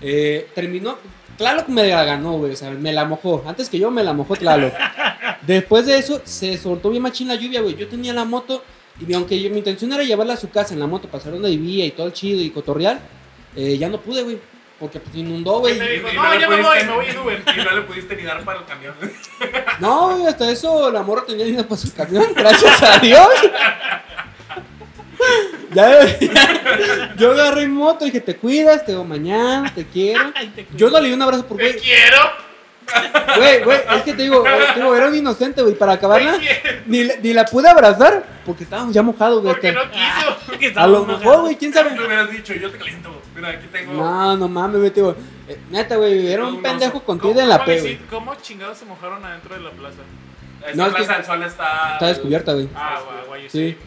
S6: eh, terminó. Tlaloc me la ganó, güey. O sea, me la mojó. Antes que yo me la mojó Tlaloc. Después de eso, se soltó bien machín la lluvia, güey. Yo tenía la moto y aunque yo- mi intención era llevarla a su casa en la moto, pasar donde vivía y todo el chido y cotorrear, eh, ya no pude, güey. Porque pues inundó,
S1: Y
S6: güey.
S1: me dijo,
S3: y
S1: no,
S3: no le
S1: ya me voy,
S3: pudiste-
S1: me voy en Uber.
S3: Y no le pudiste ni dar para el camión.
S6: No, güey, hasta eso la morra tenía dinero para su camión, gracias a Dios. ya, ya, yo agarré mi moto y dije, te cuidas, te veo mañana, te quiero.
S4: Ay, te
S6: Yo
S4: cuido.
S6: le di un abrazo por
S1: Te
S6: güey.
S1: quiero.
S6: Güey, güey, es que te digo, eh, te digo, era un inocente, güey, para acabarla. Ni, la- ni la pude abrazar porque estábamos ya mojados, güey.
S1: Porque
S6: hasta-
S1: no quiso.
S4: Que
S6: A
S4: estamos
S6: lo mejor,
S4: mojados.
S6: güey, quién sabe.
S3: Tú hubieras dicho, yo te caliento. Mira, aquí tengo.
S6: No, no mames, güey, te digo. eh, neta, güey, era
S3: Todo
S6: un
S3: un
S6: pendejo
S3: oso.
S6: contigo en la
S1: ¿Cómo le
S6: P, güey.
S1: hici- ¿Cómo chingados se mojaron adentro de la plaza?
S3: Esta
S6: No, es
S3: plaza
S6: que-
S3: del sol está.
S6: Está descubierta, güey.
S1: Ah, guay, guay,
S6: Sí.
S1: sí.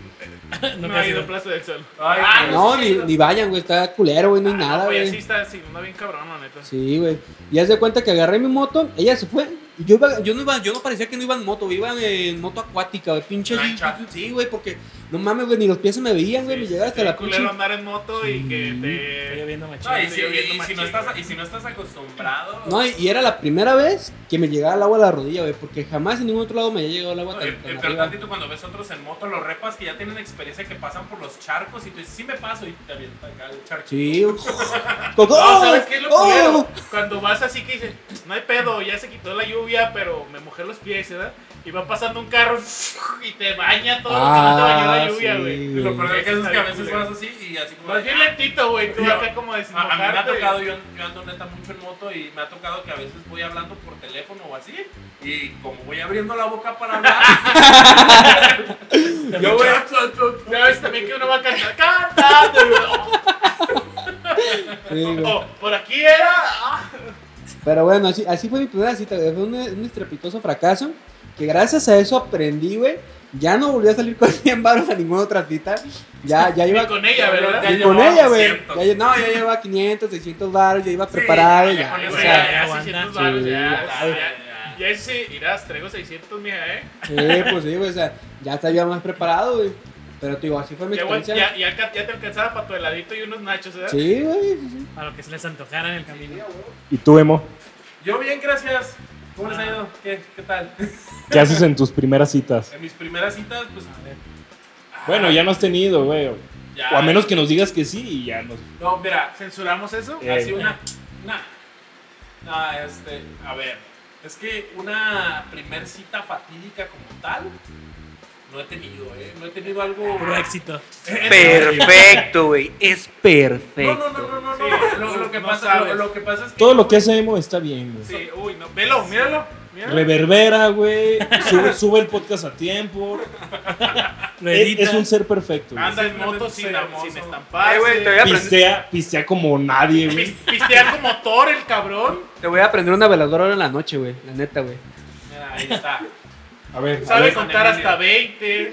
S4: No,
S1: No,
S4: me
S1: ha
S4: hace
S1: ido a
S4: nada.
S1: Plaza del Sol.
S3: Ay,
S1: Ah,
S6: No,
S1: sí,
S6: ni,
S1: sí,
S6: ni vayan, güey, está culero, güey, no hay
S1: Ah,
S6: nada,
S1: Oye,
S6: güey.
S1: sí está inunda bien cabrón, la neta.
S6: Sí, güey. Y haz de cuenta que agarré mi moto, ella se fue. Y yo iba, yo no iba, yo no parecía que no iba en moto, güey, iba en moto acuática, güey, pinche.
S3: Lancha.
S6: Sí, güey, porque no mames, güey, ni los pies se me veían, güey, me llegaba hasta la pinche.
S1: Este culero andar en moto y que
S4: Estoy
S1: te...
S4: lloviendo machín.
S3: No, y
S1: Sí,
S3: si,
S1: yo viendo
S3: y si no
S1: machín,
S3: estás,
S1: güey.
S3: y si no estás acostumbrado.
S6: No, y, y era la primera vez que me llegaba el agua a la rodilla, güey, porque jamás en ningún otro lado me había llegado el agua
S3: No,
S6: tan,
S3: eh,
S6: tan
S3: eh, pero
S6: arriba.
S3: tantito cuando ves otros en moto, los repas que ya tienen experiencia que pasan por los charcos y tú dices, sí me paso y te avienta acá el charco.
S6: Sí, güey. ¡Oh!
S1: No, ¿sabes qué es lo
S6: ¡Oh!
S1: culero? Cuando vas así que dices, no hay pedo, ya se quitó la lluvia, pero me mojé los pies, ¿verdad? Y va pasando un carro y te baña todo, y no te bañó
S6: Ah,
S1: la lluvia,
S6: sí,
S1: güey.
S3: Y Lo peor del caso es que a veces
S1: Culero.
S3: vas así y así como.
S1: Vas bien lentito, güey, tú
S3: Yo-
S1: acá como
S3: A, a mí me ha
S1: desinmojarte.
S3: tocado, yo, yo ando neta mucho en moto y me ha tocado que a veces voy hablando por teléfono o así y como voy abriendo la boca para hablar, yo voy a...
S1: Sabes también que uno va a cantar, cantando, güey.
S6: Sí, güey.
S1: Oh, por aquí era. ah.
S6: Pero bueno, así, así fue mi primera cita, güey. Fue un, un estrepitoso fracaso. Que gracias a eso aprendí, güey. Ya no volví a salir con 100 baros a ninguna otra cita. Ya, ya
S1: Ni
S6: iba.
S1: con ella, ¿verdad?
S3: Ya
S6: ni
S3: llevaba
S6: con ella, güey.
S3: 200.
S6: Ya lle- No, ya llevaba 500, 600 baros. Ya iba
S3: Sí,
S6: preparado.
S3: ya,
S6: ya,
S3: con
S1: Ay,
S6: o
S3: eso
S1: güey,
S6: sea,
S1: ya,
S4: aguanta.
S1: 600 varos,
S6: Sí,
S1: ya,
S3: ya,
S1: ya, ya. Y sí, irás, traigo 600, mija, ¿eh?
S6: sí, pues sí, güey. O sea, ya estaba más preparado, güey. Pero te digo, así fue mi
S1: Ya, güey,
S6: experiencia.
S1: ya, ya, alca- ya te alcanzaba para tu heladito y unos nachos, ¿verdad?
S6: Sí, güey. sí, sí.
S4: A lo que se les antojara en el camino.
S2: ¿Y tú, Emo?
S3: Yo bien, gracias. ¿Cómo les ha ido? ¿Qué, qué tal?
S2: ¿Qué haces en tus primeras citas?
S3: En mis primeras citas, pues... Ah,
S2: Bueno, ya no has tenido, güey.
S3: ya-
S2: O a menos que nos digas que sí y ya nos...
S3: No, mira,
S1: ¿Censuramos eso?
S2: Eh,
S3: Así una. Una. Nah, este. A ver. Es que una primer cita fatídica como tal. No he tenido, ¿eh? No he tenido algo.
S4: Puro
S1: Ah,
S4: éxito.
S7: Perfecto, güey. Es
S3: No,
S7: perfecto.
S3: no, no, no, no.
S1: Sí,
S3: no. Lo, lo que
S1: no
S3: pasa,
S1: sabes.
S3: lo, lo que pasa es que.
S2: Todo lo que es emo está bien, güey.
S1: Sí, uy, no. Velo, míralo. míralo.
S2: Reverbera, güey. Sube, sube el podcast a tiempo.
S4: Lo
S2: Es,
S4: edita.
S2: es un ser perfecto. güey.
S1: Anda en moto
S3: Ah, Sí,
S1: sin,
S3: hermoso.
S1: sin estamparse.
S7: Eh, güey, te voy a aprender.
S2: Pistea, pistea como nadie,
S1: Pis-
S2: güey.
S1: Pistear como Thor, el cabrón.
S6: Te voy a aprender una veladora ahora en la noche, güey. La neta, güey.
S2: Ah,
S3: Mira, ahí está.
S2: A ver, a
S1: Sabe
S2: ver,
S1: contar hasta 20.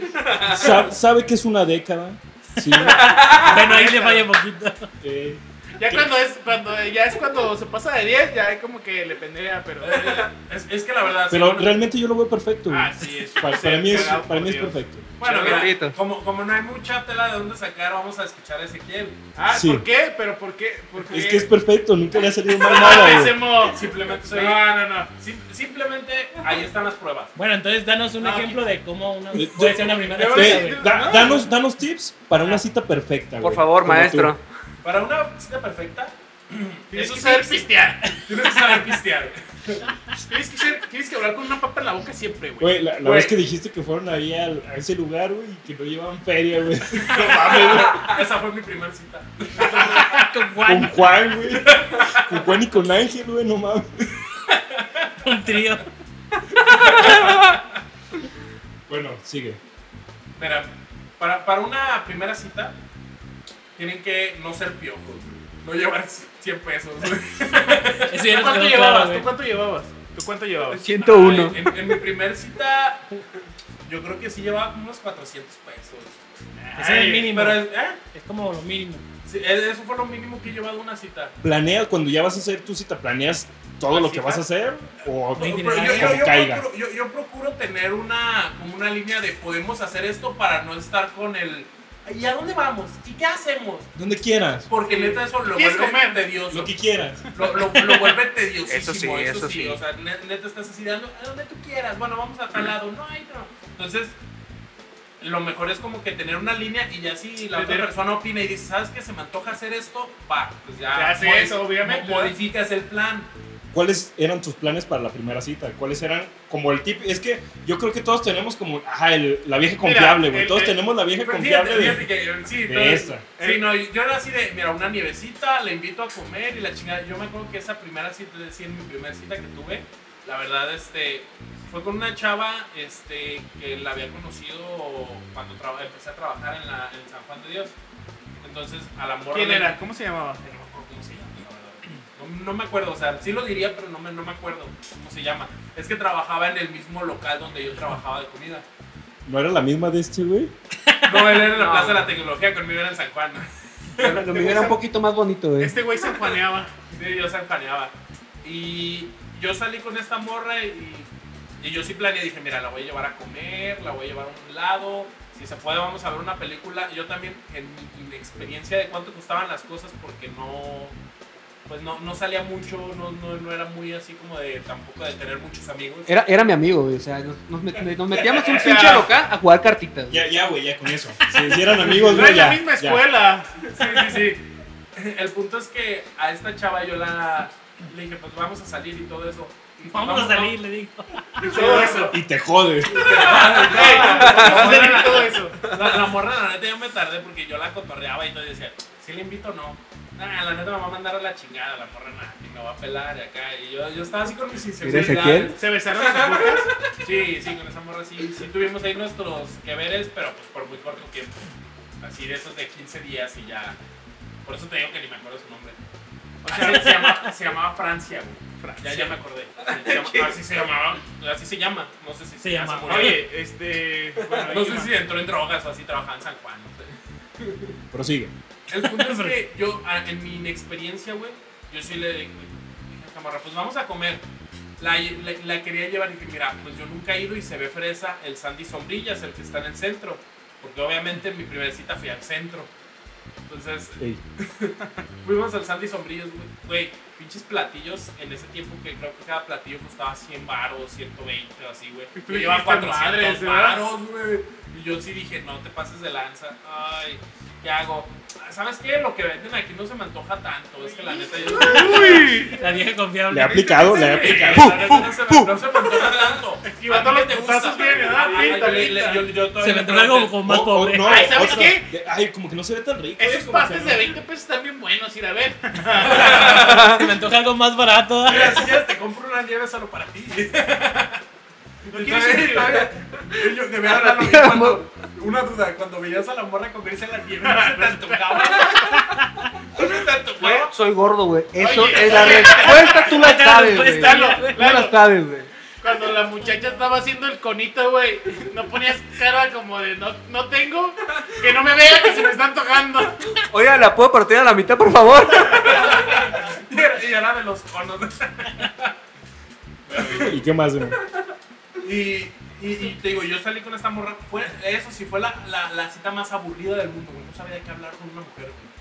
S2: sa- sabe que es una década. Sí.
S4: Bueno, ahí le falla poquito.
S2: Eh,
S1: Ya cuando es, cuando, eh, ya es cuando se pasa de 10, ya es como que le penea, pero.
S3: eh, Es, es que la verdad.
S2: pero
S3: sí,
S2: realmente yo lo veo perfecto, güey.
S1: Ah, sí, es.
S2: Para, para mí, es,
S1: cagado,
S2: para mí es
S1: por Dios.
S2: perfecto.
S3: Bueno,
S6: Chale,
S3: mira,
S6: Carlito.
S3: como, como no hay mucha tela de dónde sacar, vamos a escuchar a Ezequiel.
S1: Ah,
S2: Sí.
S1: ¿por qué? ¿Pero por qué? ¿Por qué?
S2: Es que es perfecto, nunca le ha salido mal
S1: Ah,
S2: nada, güey.
S1: pensemos.
S3: Simplemente soy.
S1: No, no, no.
S3: sim- simplemente ahí están las pruebas.
S4: Bueno, entonces danos un
S1: No,
S4: ejemplo de cómo una,
S2: Yo-
S4: puede ser una primera
S3: yo-
S4: cita,
S2: Ve,
S4: güey.
S2: da- danos, danos tips para
S1: Ah.
S2: una cita perfecta, güey.
S7: Por favor,
S2: Como tú.
S7: maestro.
S3: Para una cita perfecta,
S1: Tienes
S3: Eso
S1: que
S3: sí
S1: saber
S3: existe.
S1: pistear.
S3: tienes que saber pistear.
S1: Tienes que, ser- tienes que hablar con una papa en la boca siempre, güey.
S2: Güey, la, la
S1: Güey.
S2: vez que dijiste que fueron ahí al- a ese lugar, güey, y que no llevaban feria, güey.
S3: Esa fue mi primera cita.
S4: Con
S2: Con
S4: Juan,
S2: Juan, güey. Con Juan y con Ángel, güey, no mames.
S4: un trío.
S2: Bueno, sigue.
S3: Mira, para, para una primera cita, tienen que no ser piojos, güey. no llevar 100 pesos. güey.
S4: Eso
S1: ¿Tú
S4: ya nos
S1: cuánto
S4: quedó
S1: llevabas?
S4: claro, güey.
S1: ¿Tú cuánto llevabas? ¿Tú cuánto llevabas?
S7: 101.
S3: Ay, En, en mi primera cita, yo creo que sí llevaba como unos 400 pesos.
S4: Es el
S1: Ay,
S4: mínimo.
S3: Pero, ¿eh?
S4: Es como lo mínimo.
S3: Sí, eso fue lo mínimo que he llevado a una cita.
S2: Planea, cuando ya vas a hacer tu cita, ¿planeas todo lo que vas a hacer? O
S4: Muy
S3: Pero
S4: bien.
S3: yo, yo- yo
S2: Como caiga.
S3: procuro, yo- yo procuro tener una, como una línea de podemos hacer esto para no estar con el ¿y a dónde vamos? ¿y qué hacemos?
S2: donde quieras,
S3: Porque neta eso lo
S1: ¿Quieres
S3: vuelve
S1: comer?
S3: tedioso
S2: lo que quieras.
S3: lo, lo, lo vuelve tediosísimo
S7: Eso sí, eso sí.
S3: o sea ne- neta estás así dando a donde tú quieras bueno vamos a tal lado no ay no entonces lo mejor es como que tener una línea y ya si la otra
S1: Tener-
S3: persona opina y dice sabes que se me antoja hacer esto va pues ya
S1: Se hace
S3: modi-
S1: eso, obviamente, ¿no?
S3: modificas el plan
S2: ¿Cuáles eran tus planes para la primera cita? ¿Cuáles eran como el tip? Es que yo creo que todos tenemos como, ajá, el- la vieja confiable, güey.
S1: el-
S2: Todos
S1: el-
S2: tenemos la vieja
S3: Pero
S2: confiable
S3: fíjate,
S2: de...
S3: fíjate que yo- sí,
S2: de
S3: entonces,
S2: esta.
S3: sí, no, yo era así de, mira, una nievecita, la invito a comer y la chingada. Yo me acuerdo que esa primera cita, es decir, mi primera cita que tuve, la verdad, este, fue con una chava, este, que la había conocido cuando traba- empecé a trabajar en, la, en San Juan de Dios. Entonces, a la morra...
S1: ¿Quién
S3: le-
S1: era? ¿Cómo se llamaba?
S2: Este
S3: no me acuerdo cómo se llama, la verdad. No, no me acuerdo, o sea, sí lo diría, pero no me, no me acuerdo cómo se llama. Es que trabajaba en el mismo local donde yo trabajaba de comida.
S2: ¿No era la misma de este, güey?
S3: No, él era en la
S6: No.
S3: Plaza de la Tecnología, conmigo era en San Juan.
S6: Lo mío era un poquito más bonito, güey.
S1: Este güey se enjuaneaba.
S3: Sí, yo sanfaneaba. Y yo salí con esta morra y, y yo sí planeé, dije, mira, la voy a llevar a comer, la voy a llevar a un lado, si se puede vamos a ver una película. Yo también, en mi inexperiencia de cuánto costaban las cosas, porque no, pues no, no salía mucho, no, no, no era muy así como de, tampoco de tener muchos amigos.
S6: Era, era mi amigo, güey. O sea, nos, nos met- nos metíamos un
S1: O sea,
S6: pinche local a jugar cartitas. güey.
S2: Ya, ya, güey, ya con eso. Si, si eran amigos,
S1: No
S2: güey,
S1: es la
S2: ya.
S1: misma
S2: ya.
S1: escuela.
S3: Sí, sí, sí. El punto es que a esta chava yo la, le dije, pues vamos a salir y todo eso.
S4: Vamos a salir, le digo.
S1: Y todo eso.
S2: Y te jodes.
S1: Ey, vamos a ver y todo eso.
S3: La, la morra, la neta, yo me tardé porque yo la cotorreaba y todo y decía, si le invito o no. Nah, la neta me va a mandar a la chingada, la morra, nada, y me va a pelar y acá. Y yo, yo estaba así con mis inseguridades.
S6: Ezequiel?
S1: ¿Se besaron sus bocas?
S3: Sí, sí, con esa morra sí, sí tuvimos ahí nuestros que veres, pero pues por muy corto tiempo. Así de esos de 15 días y ya. Por eso te digo que ni me acuerdo su nombre. O sea, se, llama- se llamaba Francia, güey. Ya, ya me acordé. Se llama- así se llamaba. Así se llama. No sé si
S4: Se
S3: ya
S4: llama.
S3: murió.
S1: Oye, este. Bueno,
S3: No
S1: ahí
S3: sé
S1: va.
S3: si entró en drogas o así trabajaba en San Juan. no sé.
S2: Prosigue.
S3: El punto es que yo, a- en mi inexperiencia, güey, yo sí le dije a Camarra, pues vamos a comer. La, la- la quería llevar y dije, mira, pues yo nunca he ido y se ve fresa el Sandy Sombrillas, el que está en el centro. Porque obviamente en mi primera cita fui al centro. Entonces,
S2: Ey.
S3: fuimos al Sandy Sombrillas, güey. Güey, pinches platillos en ese tiempo que creo que cada platillo costaba 100 baros, 120 o así, güey.
S1: Y tú
S3: Yo llevaba
S1: dijiste,
S3: 400
S1: "Madres, ¿verdad?"
S3: baros, güey. Y yo sí dije, no te pases de lanza. Ay, ¿Qué hago? Ah, ¿Sabes qué? Lo que venden aquí no se me antoja tanto. Es que la neta yo.
S4: La vieja confiable.
S2: Le ha aplicado, le ha aplicado.
S3: La neta no se me- no se me antoja tanto.
S1: Esquivando
S3: A mí
S1: los
S3: que te
S1: putazos
S3: gusta.
S1: bien, ¿verdad?
S3: Ah,
S1: Pinta,
S3: yo-
S1: pinta.
S3: yo- yo todavía
S4: Se me antoja algo como más
S2: O- o-
S4: pobre.
S2: Oh, no,
S1: Ay, ¿sabes
S2: otro.
S1: qué?
S2: De- Ay, como que no se ve tan rico. eh,
S1: Esos
S2: como que
S1: pastes
S2: no.
S1: de 20 pesos están bien buenos, ir a ver.
S4: Se me antoja algo más barato.
S3: Mira, si quieres te compro una nieve solo para ti.
S1: ¿No quieres ir?
S3: Yo de verdad
S7: Ahora
S3: lo vi
S7: te amo.
S3: cuando- una duda, cuando veías a la morra comerse la nieve, no se te antojaba. No se te
S7: Güey,
S3: antojaba.
S7: Soy gordo, güey. Eso
S1: Oye.
S7: es la respuesta, tú la sabes, güey.
S4: respuesta,
S7: Tú
S4: lo-
S7: la sabes, güey.
S1: Cuando la muchacha estaba haciendo el conito, güey, no ponías cara como de no, no tengo, que no me vea, que se me está antojando.
S7: Oiga, ¿la puedo partir a la mitad, por favor?
S3: Y era- Y era de los conos.
S2: ¿Y qué más? güey?
S3: Y, y- y te digo, yo salí con esta morra. Fue, eso sí, fue la, la, la cita más aburrida del mundo, güey. No sabía de qué hablar con una mujer, güey.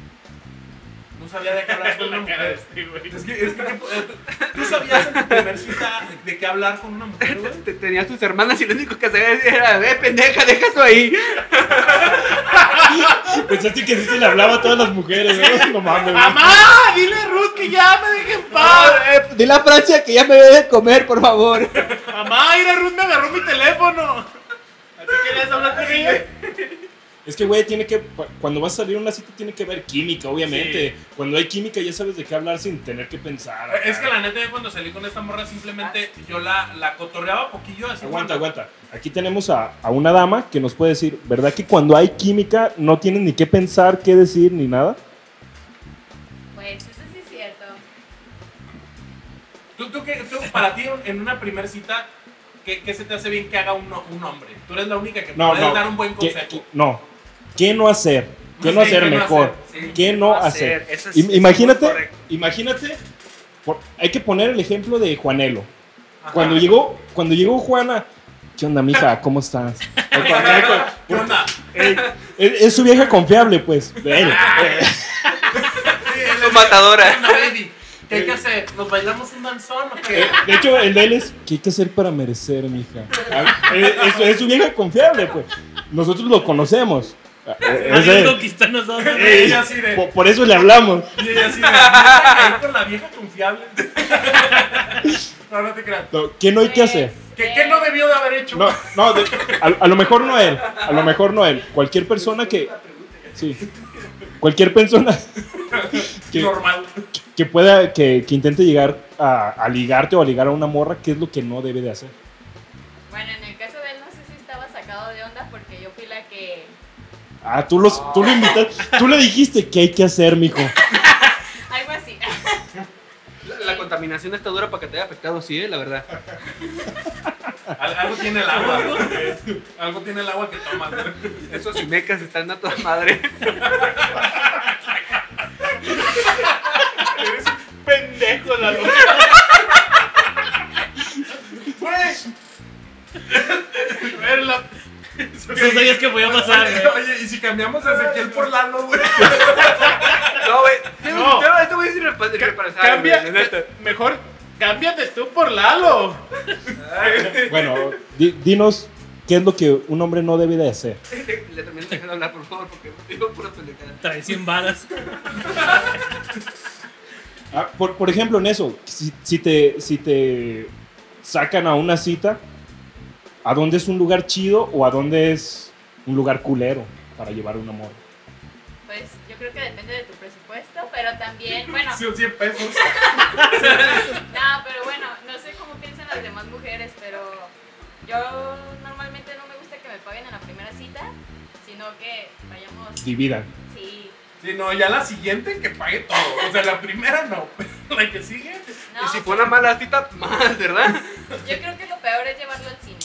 S3: No sabía de qué hablar con una
S1: La cara de
S3: mujer.
S1: este, güey.
S3: Es que, es que, ¿tú sabías en tu primer cita de qué hablar con una mujer, güey?
S7: Te- Tenías tus hermanas y lo único que sabías era, eh, pendeja, deja eso ahí.
S2: Pensaste Pues que sí se le hablaba a todas las mujeres, ¿no? No mames. güey.
S1: ¡Mamá! Dile a Ruth que ya me deje en paz.
S7: Eh, Dile a Francia que ya me debe de comer, por favor.
S1: ¡Mamá! Ira Ruth me agarró mi teléfono. ¿Así querías hablar con ella?
S2: Es que, güey, tiene que. pa- Cuando vas a salir a una cita, tiene que haber química, obviamente. Cuando hay química, ya sabes de qué hablar sin tener que pensar.
S3: Es que
S2: acá.
S3: la neta, yo cuando salí con esta morra, simplemente yo la, la cotorreaba poquillo. Así
S2: Aguanta,
S3: como-
S2: aguanta. Aquí tenemos a, a una dama que nos puede decir, ¿verdad que cuando hay química no tienen ni qué pensar, qué decir, ni nada?
S8: Pues eso sí es cierto.
S3: ¿Tú, tú, qué, tú, para ti, en una primer cita, ¿qué, qué se te hace bien que haga un, un hombre? Tú eres la única que
S2: No,
S3: puedes
S2: no.
S3: dar un buen
S2: ¿Qué-
S3: consejo.
S2: qué- no. ¿Qué no hacer? ¿Qué no
S3: Sí,
S2: hacer
S3: ¿qué no
S2: mejor?
S3: hacer? Sí.
S2: ¿Qué
S7: Ah,
S2: no hacer?
S7: Eso es-
S2: Im-
S7: eso es muy
S2: Imagínate,
S7: correcto.
S2: imagínate, por- hay que poner el ejemplo de Juanelo.
S3: Ajá.
S2: Cuando llegó, cuando llegó Juana, ¿qué onda, mija? ¿Cómo estás? O cuando llegó con-
S3: ¿Qué onda?
S2: eh, es, es su vieja confiable, pues. de él.
S7: Su matadora.
S3: Una baby. ¿Qué hay que hacer? ¿Nos bailamos un danzón o qué?
S2: Eh, De hecho, el de él es, ¿qué hay que hacer para merecer, mija? Ah, Es, es- es su vieja confiable, pues. Nosotros lo conocemos. Ah, es
S4: Nadie
S2: él.
S4: conquistó a nosotros.
S2: Eh,
S3: ella así de-
S2: por, por eso le hablamos.
S3: Y ella así, de, "Neta, caí con la vieja confiable. No, no te creas.
S2: No, ¿Qué no hay que hacer?
S8: Pues,
S3: ¿Qué, qué no debió de haber hecho?
S2: No, no, de- a, a lo mejor no él. A lo mejor no él. Cualquier persona que. Sí. Cualquier persona que,
S3: Normal.
S2: que pueda, que, que intente llegar a, a ligarte o a ligar a una morra, ¿qué es lo que no debe de hacer?
S8: eh, Bueno, en el caso de él no sé si estaba sacado de onda porque yo fui la que...
S2: Ah, tú, los, tú lo invitas, tú le dijiste que hay que hacer, mijo.
S8: Algo así.
S6: La, la contaminación está dura para que te haya afectado, sí, eh, la verdad.
S3: Al- algo tiene el agua. güey. Algo tiene el agua que tomas. güey.
S7: Esos imecas están a toda madre.
S1: Eres un pendejo, la loca. Güey. Verla.
S4: No sabías que podía pasar, güey.
S3: Oye, y si cambiamos a Ezequiel por Lalo, güey.
S7: No, este güey.
S1: No.
S7: No. Te, te voy a decir el padre que para saber,
S1: Cambia.
S7: güey, la neta.
S1: Mejor cámbiate tú por Lalo.
S2: Bueno, di- dinos qué es lo que un hombre no debe de hacer.
S7: Le también dejan hablar, por favor, porque digo pura pendejada.
S4: Trae 100 balas.
S2: Ah, por, por ejemplo, en eso, si, si te, si te sacan a una cita, ¿a dónde es un lugar chido o a dónde es un lugar culero para llevar un amor?
S8: Pues yo creo que depende de tu presupuesto, pero también, bueno,
S3: Sí, 100 pesos.
S8: no, pero bueno, no sé cómo piensan las demás mujeres, pero yo normalmente no me gusta que me paguen en la primera cita, sino que vayamos,
S2: Dividan.
S8: sí,
S3: Sí, no, ya la siguiente que pague todo. O sea, la primera no. La que sigue.
S8: no,
S7: Y si fue una mala cita, más, ¿verdad?
S3: pues,
S8: yo creo que lo peor es llevarlo al cine.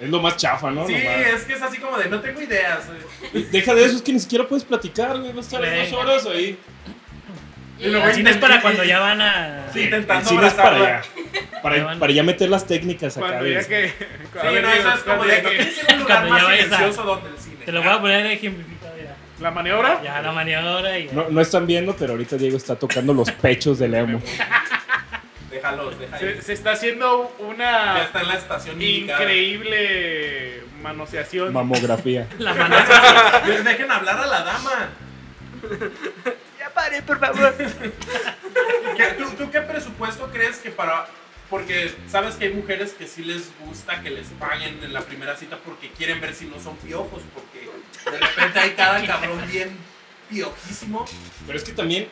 S2: Es lo más chafa, ¿no?
S3: sí,
S2: Nomás.
S3: es que es así como de no tengo ideas. eh. güey.
S2: Deja de eso, es que ni siquiera puedes platicar, güey. Vas a estar las
S4: Güey.
S2: dos horas ahí.
S8: Yo
S3: luego
S8: llego-
S4: El cine es para cuando ya van a.
S3: Sí, intentando
S2: El cine es para
S3: abrazarla.
S2: allá. Para, para ya meter las técnicas acá.
S1: Cuando
S2: güey.
S1: ya que.
S3: Sí, no, eso es como de que es un lugar
S4: Cuando
S3: más
S4: ya vayas a-
S3: silencioso donde el cine.
S4: Te lo voy a poner ejemplificado ya.
S1: La maniobra.
S4: Ya la maniobra y.
S2: No, no están viendo, pero ahorita Diego está tocando los pechos de Lemo.
S3: Déjalos, déjalos.
S1: Se, se está haciendo
S3: Ya
S1: una
S3: está en la estación indicada.
S1: increíble manoseación.
S2: Mamografía.
S4: La mano.
S3: Pues dejen hablar a la dama.
S7: Ya pare, por favor.
S3: ¿Qué- tú, tú qué presupuesto crees que para.? Porque sabes que hay mujeres que sí les gusta que les paguen en la primera cita porque quieren ver si no son piojos, porque de repente hay cada cabrón bien piojísimo.
S2: Pero es que también,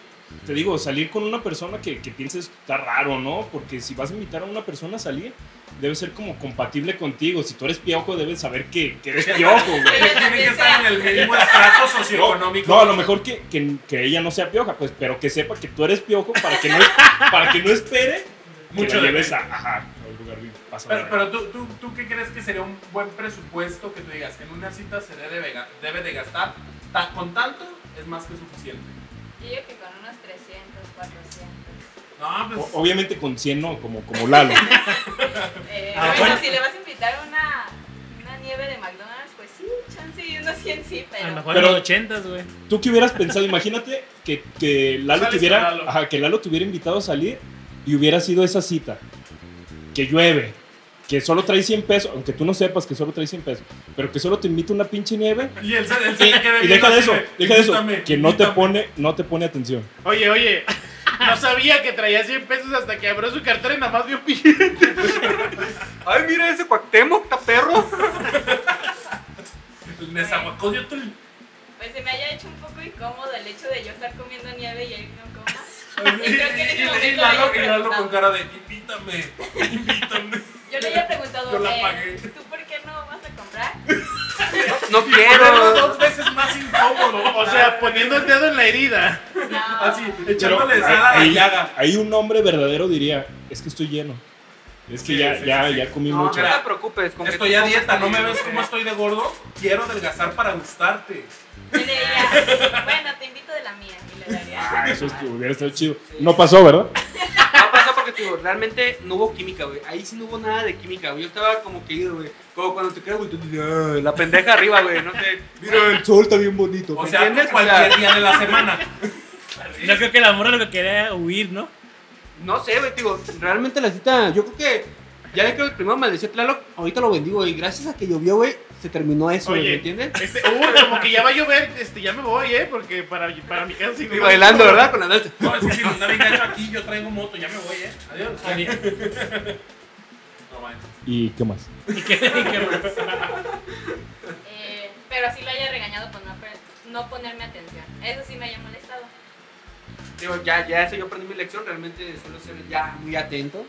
S2: te digo, salir con una persona que, que pienses está raro, ¿no? Porque si vas a invitar a una persona a salir, debe ser como compatible contigo. Si tú eres piojo, debes saber que, que eres piojo, güey.
S3: Tienen que estar en el mismo estrato socioeconómico.
S2: No, a lo mejor que, que- que ella no sea pioja, pues, pero que sepa que tú eres piojo para que no, para que no espere
S3: Mucho
S2: que
S3: de
S2: la lleves a, ajá, a un lugar bien pasado.
S3: Pero, pero tú, tú, tú qué crees que sería un buen presupuesto que tú digas, en una cita se debe, de ga- debe de gastar, ta- con tanto es más que suficiente.
S8: Yo digo que con unos 300, 400.
S3: No, pues...
S2: O- obviamente con 100 no, como, como Lalo.
S8: Eh,
S4: Ah,
S8: bueno,
S4: bueno.
S8: si le vas a invitar una, una nieve de McDonald's, pues sí, chance y unos 100 sí,
S4: A lo
S8: pero.
S4: mejor
S2: Pero-
S4: en los ochentas, güey.
S2: ¿Tú qué hubieras pensado? Imagínate que, que Lalo
S1: Sales
S2: tuviera,
S1: con Lalo.
S2: ajá, que Lalo te hubiera invitado a salir y hubiera sido esa cita. Que llueve, que solo trae 100 pesos, aunque tú no sepas que solo trae 100 pesos, pero que solo te invita una pinche nieve.
S1: Y el, el-
S2: Y,
S1: se queda
S2: y
S1: viendo
S2: deja de
S1: así
S2: eso, deja de eso,
S1: invítame,
S2: que no te
S1: invítame.
S2: pone, no te pone atención.
S1: Oye, oye, no sabía que traía 100 pesos hasta que abrió su cartera y nada más vio un billete.
S7: Ay, mira ese Cuauhtémoc, está perro.
S3: Nezahuacó dio Pues todo el-
S8: Pues se me haya hecho un poco incómodo el hecho de yo estar comiendo nieve y él no coma.
S3: Y,
S8: creo que en ese
S3: y- y-
S8: momento
S3: y Lalo,
S8: le
S3: y
S8: he
S3: Lalo con
S8: preguntado.
S3: cara de invítame, invítame.
S8: Yo le había preguntado,
S3: Yo la
S8: "Eh,
S3: pagué.
S8: ¿tú por qué no vas a comprar?
S7: No
S3: Ponerlo
S7: quiero.
S3: dos veces más incómodo.
S1: O sea, poniendo el dedo en la herida.
S8: No.
S3: así,
S2: Pero
S3: echándole sal a la
S2: ahí-
S3: llaga.
S2: ahí un hombre verdadero diría, es que estoy lleno. Es que
S3: Sí,
S2: ya,
S3: sí,
S2: ya,
S3: sí, sí.
S2: ya comí
S7: No, no
S2: mucho.
S7: te preocupes. con que
S3: Estoy
S7: tú eh,
S3: a
S7: comas
S3: dieta, ¿no
S7: bien.
S3: me ves cómo estoy de gordo? Quiero adelgazar para gustarte.
S8: Yo le diría, bueno, te invito de la mía. Y le daría.
S2: Ah, eso estu- hubiera estado chido. No pasó, ¿verdad?
S7: No pasa porque tipo, realmente no hubo química, güey. Ahí sí no hubo nada de química, güey. Yo estaba como que ido, güey. Como cuando te quedas, güey, tú dices, "Ah, la pendeja arriba, güey. No sé.
S2: Mira, el sol está bien bonito.
S3: O sea,
S7: ¿Entiendes? O
S3: cualquier
S7: sea-
S3: día de la semana.
S4: Yo creo que la morra lo que quería era huir, ¿no?
S7: No sé, güey, digo.
S6: Realmente la cita, yo creo que. Ya le creo que primero maldecía Tlaloc, ahorita lo bendigo, güey. Gracias a que llovió, güey, se terminó eso, güey,
S1: Oye.
S6: ¿me entiendes?
S1: Este, uh, como que ya va a llover, este, ya me voy, ¿eh? Porque para, para mi casa... si no-
S7: Y bailando, ¿verdad? Con la danza.
S3: No, es que si nos dan engancho aquí, yo traigo moto, ya me voy, ¿eh? Adiós. No manches.
S2: ¿Y qué más?
S4: Y que, y que pues,
S8: Eh, pero así lo haya regañado por no, pre- no ponerme atención. Eso sí me haya molestado.
S7: Digo, ya, ya, eso yo aprendí mi lección. Realmente suelo ser ya muy atento.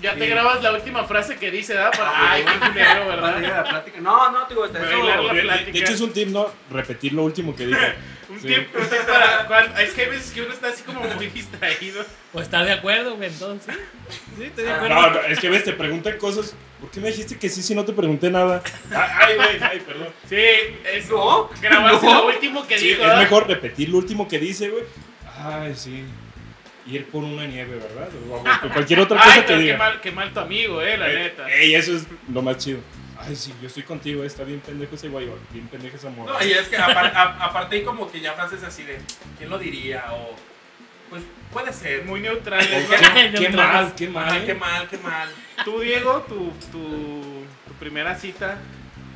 S1: Ya te
S7: Sí.
S1: grabas la última frase que dice, ¿verdad? Para, ay, qué culero,
S7: Para
S1: ¿verdad?
S7: llegar a la plática. No, no, digo, hasta
S1: Bailar la
S7: eso.
S1: plática.
S2: De hecho, es un tip, ¿no? Repetir lo último que dijo.
S1: Un
S2: Sí.
S1: tip, un tip para... cuando- es que hay veces que uno está así como muy distraído.
S4: O estás de acuerdo, güey, entonces. Sí, estoy de acuerdo.
S2: Ah, No, no, es que ves, te preguntan cosas. ¿Por qué me dijiste que sí si no te pregunté nada? Ah, Ay, güey, ay, perdón.
S1: Sí, es
S7: No,
S1: grabarse
S7: no.
S1: lo último que
S2: Sí,
S1: dijo.
S2: es
S1: ¿verdad?
S2: mejor repetir lo último que dice, güey. Ay, sí. Ir por una nieve, ¿verdad? O, o cualquier otra cosa
S1: Ay,
S2: que
S1: pero qué
S2: diga.
S1: mal, qué mal tu amigo, eh, la neta.
S2: Ey, eso es lo más chido. Ay, sí, yo estoy contigo, eh, está bien pendejo ese guayón, bien pendejo esa morra.
S3: No, y es que apar- a- aparte hay como que ya frases así de, ¿quién lo diría? O, pues, puede ser.
S1: Muy neutral.
S2: O
S1: ¿no?
S2: qué,
S4: No
S2: qué
S4: te
S2: mal,
S4: hagas.
S2: qué
S3: Ay,
S2: mal.
S3: qué mal, qué mal.
S1: Tú, Diego, tu, tu, tu primera cita,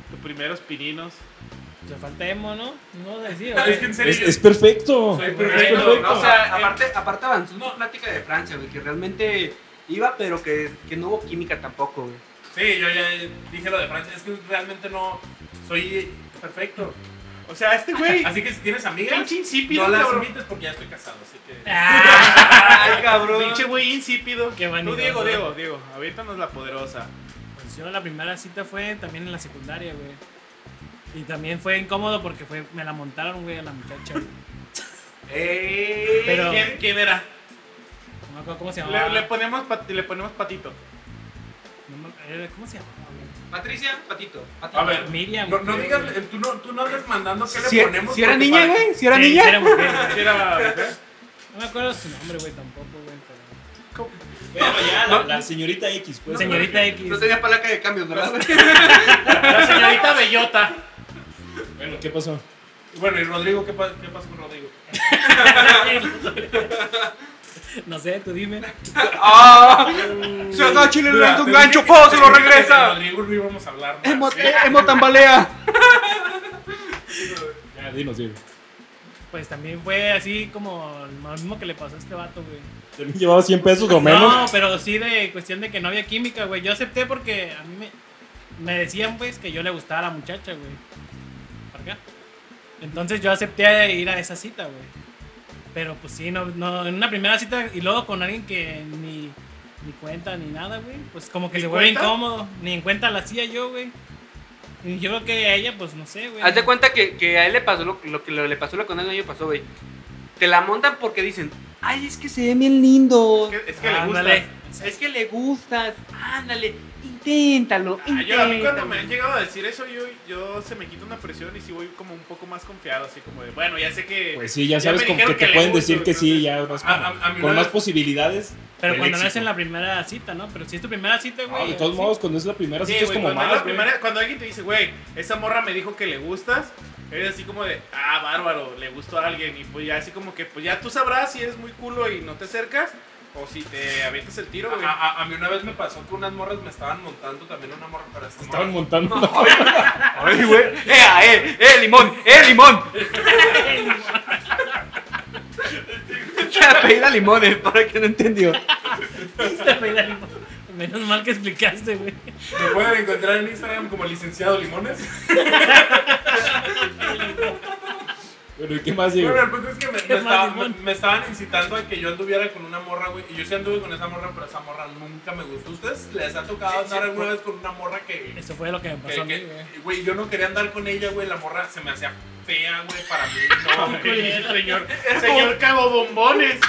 S1: tus primeros pininos.
S4: Le falta emo, Pues, ¿no? No decir,
S3: No, es que en serio,
S2: Es, es perfecto.
S3: Soy
S2: Es
S3: perfecto,
S2: perfecto.
S7: No, o sea, aparte, aparte avanzó
S3: No.
S7: su plática de Francia, güey, que realmente iba, pero que, que no hubo química tampoco, güey.
S3: sí, yo ya dije lo de Francia, es que realmente no soy perfecto.
S1: O sea, este güey,
S3: Así que si tienes amigas,
S1: pinche insípido,
S3: no las
S1: cabrón.
S3: invites porque ya estoy casado, así que...
S4: Ah,
S7: Ay, cabrón.
S1: Pinche güey insípido.
S4: Qué
S1: Tú,
S4: vanidoso.
S1: Diego, Diego, Diego, aviéntanos la poderosa.
S4: pues yo la primera cita fue también en la secundaria, güey. Y también fue incómodo porque fue, me la montaron, güey, a la muchacha. güey.
S7: Ey,
S4: Pero-
S1: ¿Quién, quién era?
S4: No me acuerdo cómo se llamaba.
S1: Le, le ponemos pat- le ponemos patito.
S4: No me- era- ¿Cómo se llamaba, güey?
S7: Patricia, Patito. Patito.
S3: A ver,
S4: Miriam.
S3: no, no
S4: creo,
S3: digas,
S4: güey.
S3: eh, tú no, tú no andes mandando qué
S7: Si, e-
S3: le
S6: e-,
S3: ponemos.
S7: si era
S3: porque
S7: niña,
S3: para-
S7: güey, si era
S4: Sí,
S7: niña.
S4: sí era mujer, güey.
S1: ¿Quién era?
S4: No me acuerdo su nombre, güey, tampoco, güey. pero-
S2: Pero ya, la, la señorita X, pues.
S4: Señorita X.
S7: No tenía palanca de cambios, ¿verdad? güey?
S1: La señorita Bellota.
S2: Bueno, ¿qué pasó?
S3: Bueno, y Rodrigo, ¿qué, pa- qué pasa con Rodrigo?
S4: no sé, tú dime.
S7: Ah, Se acaba Chile, le
S3: Mira,
S7: lanza un
S3: te
S7: gancho,
S3: dije que-
S7: ¡pum!
S3: te
S7: Se lo
S3: dije que de
S7: regresa.
S3: Rodrigo Urbina vamos a hablar. más.
S7: Emo, emo tambalea.
S2: Ya, dinos, Diego.
S4: Pues también fue así como lo mismo que le pasó a este vato, güey.
S2: También Llevaba 100 pesos o menos.
S4: No, pero sí de cuestión de que no había química, güey. Yo acepté porque a mí me, me decían, pues, que yo le gustaba a la muchacha, güey. ¿Para acá? Entonces yo acepté ir a esa cita, güey. Pero pues sí, no, no, en una primera cita y luego con alguien que ni, ni cuenta ni nada, güey. Pues como que
S1: ¿Ni
S4: se vuelve
S1: cuenta?
S4: incómodo. Ni en cuenta la hacía yo, güey. Y yo creo que a ella, pues no sé, güey.
S7: Haz de cuenta que, que a él le pasó lo, lo que le pasó lo que a él el año pasó, güey. Te la montan porque dicen, ay, es que se ve bien lindo.
S1: Es que, es que le gusta.
S4: Ah, Ándale.
S7: Es que le gustas. Ándale, inténtalo.
S1: Ah, yo, a mí cuando me han
S7: inténtalo".
S1: llegado a decir eso, yo, yo se me quita una presión y sí voy como un poco más confiado, así como de, bueno, ya sé que...
S2: Pues sí, ya
S1: Ya
S2: sabes
S1: me
S2: como que
S1: dijeron que
S2: te
S1: le
S2: pueden
S1: gusto,
S2: decir que sí,
S1: entonces-
S2: ya más
S3: A-
S2: como-
S3: a- a mí
S2: con
S3: una
S2: más
S3: vez-
S2: posibilidades.
S4: Pero
S2: del
S4: cuando no es
S2: éxito.
S4: en la primera cita, ¿no? Pero si es tu primera cita,
S2: No,
S4: güey.
S2: Ah, de todos
S4: sí.
S2: modos, cuando es la primera
S1: Sí,
S2: cita es
S1: güey,
S2: como
S1: cuando, es la
S2: más. güey.
S1: primera- cuando alguien te dice, güey, esa morra me dijo que le gustas, eres así como de, ah, bárbaro, le gustó a alguien. Y pues ya así como que, pues ya tú sabrás si eres muy culo y no te acercas o si te avientas el tiro, güey.
S3: A, a- a mí una vez me pasó que unas morras me estaban montando también una morra para esta
S2: Estaban
S3: morra.
S2: montando.
S7: Ay, güey. Eh, ah, eh, eh, limón, eh, limón. Se apellida limones, para que no entendió.
S4: Te pedí el limón. Este Menos mal que explicaste, güey.
S3: Me pueden encontrar en Instagram como licenciado Limones.
S2: Bueno, ¿y qué más, Diego?
S3: Bueno, el punto es que me,
S4: Qué
S3: me estaba-
S4: mal, limón.
S3: me estaban incitando a que yo anduviera con una morra, güey. Y yo sí anduve con esa morra, pero esa morra nunca me gustó. ¿Ustedes les ha tocado andar alguna vez con una morra que
S4: Eso fue lo que me pasó
S3: Que-
S4: a mí,
S3: que-
S4: güey.
S3: Güey, yo no quería andar con ella, güey. La morra se me hacía fea, güey, para mí. No,
S1: Ok,
S3: güey.
S1: señor, señor cago bombones.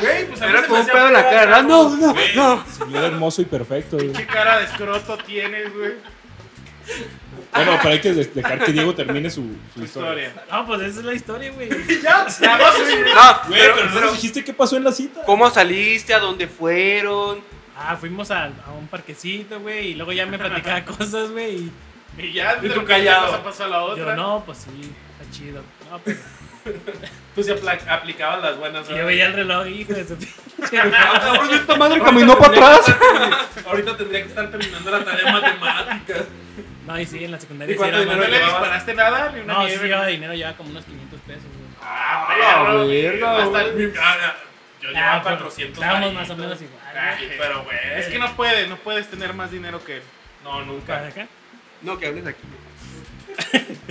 S3: Güey, pues a mí
S7: Era
S3: se
S7: como un
S3: me hacía
S7: pedo en la
S3: fea,
S7: cara. Ah, No,
S3: güey.
S7: no,
S3: Güey,
S7: no.
S2: Señor hermoso y perfecto. güey.
S1: ¿Qué cara de escroto tienes, güey?
S2: Bueno, pero hay que de- dejar que Diego termine su, su
S1: Tu
S2: historia.
S1: historia.
S4: No, pues esa es la historia, güey.
S7: No,
S2: Güey, pero, no nos dijiste qué pasó en la cita.
S7: ¿Cómo saliste? ¿A dónde fueron?
S4: Ah, fuimos a, a un parquecito, güey, y luego ya me platicaba cosas, güey, y
S1: Y ya,
S3: tú
S1: de repente
S3: callado.
S1: Pasa, pasa la otra.
S4: yo, no, pues sí, está chido. No, pero-
S3: Tú se apla- aplicabas las buenas.
S4: y yo
S3: ¿verdad?
S4: veía el reloj, hijo de su pinche
S7: Ah,
S4: madre.
S7: cabrón, esta madre caminó para
S3: tendría que
S7: atrás.
S3: estar- Ahorita tendría que estar terminando la tarea de matemáticas.
S4: No, y sí, en la secundaria
S3: ¿Y
S4: sí
S3: cuánto
S4: era
S3: dinero
S1: No
S4: más-
S1: le disparaste nada, ni una
S4: No, sí
S1: nieve.
S4: llevaba dinero, llevaba como unos 500 pesos, güey.
S1: Ah,
S2: Ah,
S1: perro,
S2: verga,
S1: hasta el-
S3: Mi- ah, ah, Yo
S4: Ah,
S3: llevaba
S4: pero
S3: 400.
S4: Estábamos más o
S3: varitos.
S4: menos igual,
S1: Ah,
S4: güey.
S3: Sí, Pero, güey.
S1: Es que no puedes, no puedes tener más dinero que él.
S3: No,
S4: ¿Para
S3: nunca.
S4: acá?
S7: No, que hables aquí.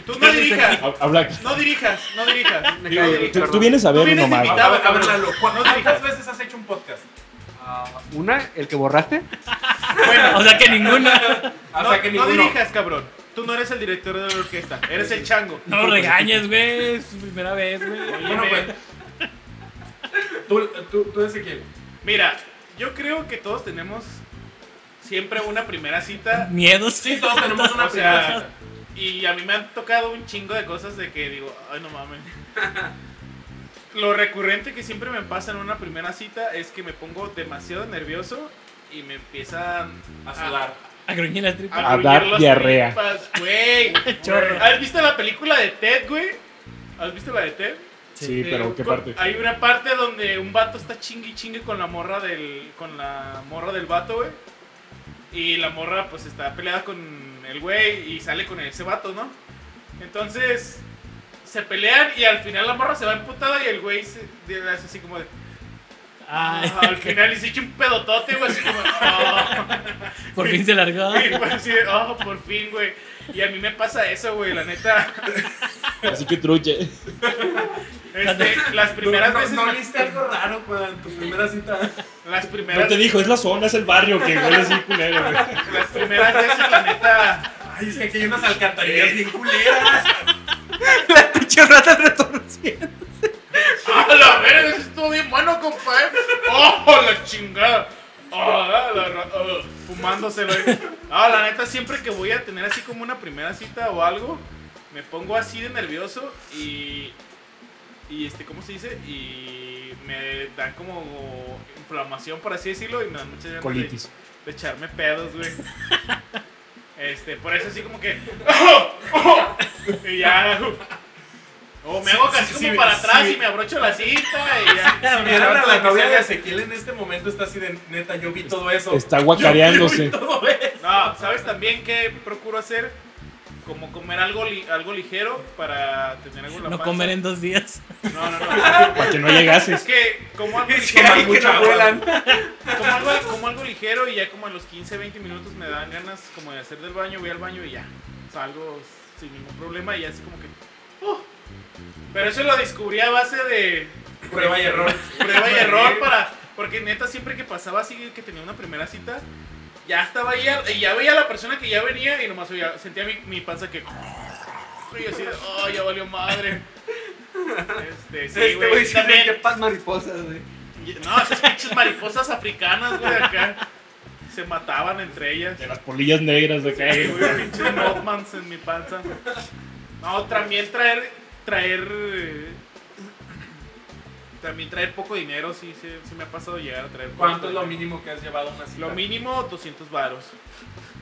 S1: Tú no dirijas,
S2: Ha- Habla aquí.
S1: no dirijas, no dirijas.
S7: Me
S2: Digo,
S7: cae,
S2: tú,
S7: perdón.
S2: tú vienes a
S1: Tú
S2: ver
S1: vienes
S2: nomás.
S1: invitado.
S3: A ver, a ver, Lalo, ¿cu-
S1: No
S3: ¿cuántas
S1: digas.
S3: veces has hecho un podcast?
S7: Ah, Una, el que borraste.
S4: O sea que ninguna.
S3: Hasta
S1: No,
S3: que
S1: no
S3: ninguno.
S1: dirijas, cabrón. Tú no eres el director de la orquesta, eres el chango.
S4: No lo regañes, güey, es su primera vez, güey.
S3: Bueno,
S1: Oye,
S3: pues. Tú, tú, tú Ezequiel.
S1: Mira, yo creo que todos tenemos siempre una primera cita.
S4: Miedos.
S3: Sí, todos tenemos una
S1: O sea,
S3: primera
S1: y a mí me han tocado un chingo de cosas de que digo, ay, no mames. Lo recurrente que siempre me pasa en una primera cita es que me pongo demasiado nervioso y me empiezan
S3: a sudar.
S4: A gruñir las tripas.
S2: A
S1: gruñir
S2: dar
S1: las
S2: diarrea.
S1: tripas, güey.
S4: Chorro.
S1: ¿Has visto la película de Ted, güey? ¿Has visto la de Ted?
S2: Sí,
S1: Eh,
S2: pero ¿qué
S1: con-
S2: parte?
S1: Hay una parte donde un vato está chingue y chingue con la morra del. con la morra del vato, güey. Y la morra pues está peleada con el güey y sale con ese vato, ¿no? Entonces. Se pelean y al final la morra se va emputada y el güey se le hace así como de.
S4: Ay,
S1: "Ah", al final y se echa un pedotote, güey, así como. "Ah".
S4: por fin se largó.
S1: Y fue así de, "Ah, por fin, güey. Y a mí me pasa eso, güey, la neta.
S2: Así que truche.
S1: Este, las primeras
S3: no,
S1: veces.
S3: no,
S1: me-
S3: no viste algo raro cuando en tu primera cita.
S1: las
S2: No
S1: primeras
S2: te dijo, es la zona, es el barrio que huele así culero, güey.
S1: Las primeras veces, la neta.
S3: Ay, es que aquí hay unas alcantarillas bien culeras.
S7: La pinche rata retorciendo.
S1: ¡A la verga! Eso estuvo bien bueno, compadre. ¡Oh, la chingada! ¡Ah, la ra- ah, fumándoselo. ahí. Ah, la neta, siempre que voy a tener así como una primera cita o algo, me pongo así de nervioso y. Y este, ¿cómo se dice? Y me dan como inflamación, por así decirlo, y me dan muchas ganas de-
S2: Colitis.
S1: de echarme pedos, güey. Este, por eso así como que. y ya. O me hago
S3: Sí,
S1: así
S3: sí,
S1: como
S3: sí,
S1: para atrás
S3: sí.
S1: y me abrocho la cinta y ya.
S3: Si
S4: Ahora
S3: vieran a la
S4: la
S3: novia
S4: que
S3: de Ezequiel en este momento está así de neta, yo vi todo eso.
S2: Está
S3: Yo vi
S2: guacareándose.
S3: todo eso.
S1: No, ¿sabes también que procuro hacer? Como comer algo, li- algo ligero para tener algo en la
S4: No
S1: panza.
S4: comer en dos días.
S1: No, no, no.
S2: Para que no
S1: Es
S2: llegases.
S1: que como algo,
S6: Sí,
S1: ligero,
S3: Tomar
S6: hay que
S3: mucha
S6: no
S3: agua.
S6: vuelan.
S1: como, algo, como algo ligero y ya como a los 15, 20 minutos me dan ganas como de hacer del baño, voy al baño y ya. Salgo sin ningún problema y ya así como que... "Uh". Pero eso lo descubrí a base de
S3: Prueba y error.
S1: prueba y error para... Porque neta, siempre que pasaba así, que tenía una primera cita, ya estaba ahí y ya veía a la persona que ya venía y nomás oía- sentía mi, mi panza que... Y yo así de, oh, ya valió madre. Este, sí,
S6: Este güey
S1: güey,
S6: sí
S1: también.
S6: que paz mariposas, güey.
S1: No, esas pinches mariposas africanas, güey, acá. Se mataban entre ellas.
S2: De las polillas negras de acá.
S1: Sí, güey, pinches Mothmans en mi panza. No, también traer. Traer. eh, También traer poco dinero, sí, sí, sí me ha pasado llegar a traer. poco
S3: ¿Cuánto es lo
S1: dinero.
S3: mínimo que has llevado a una cita?
S1: Lo mínimo, 200 varos.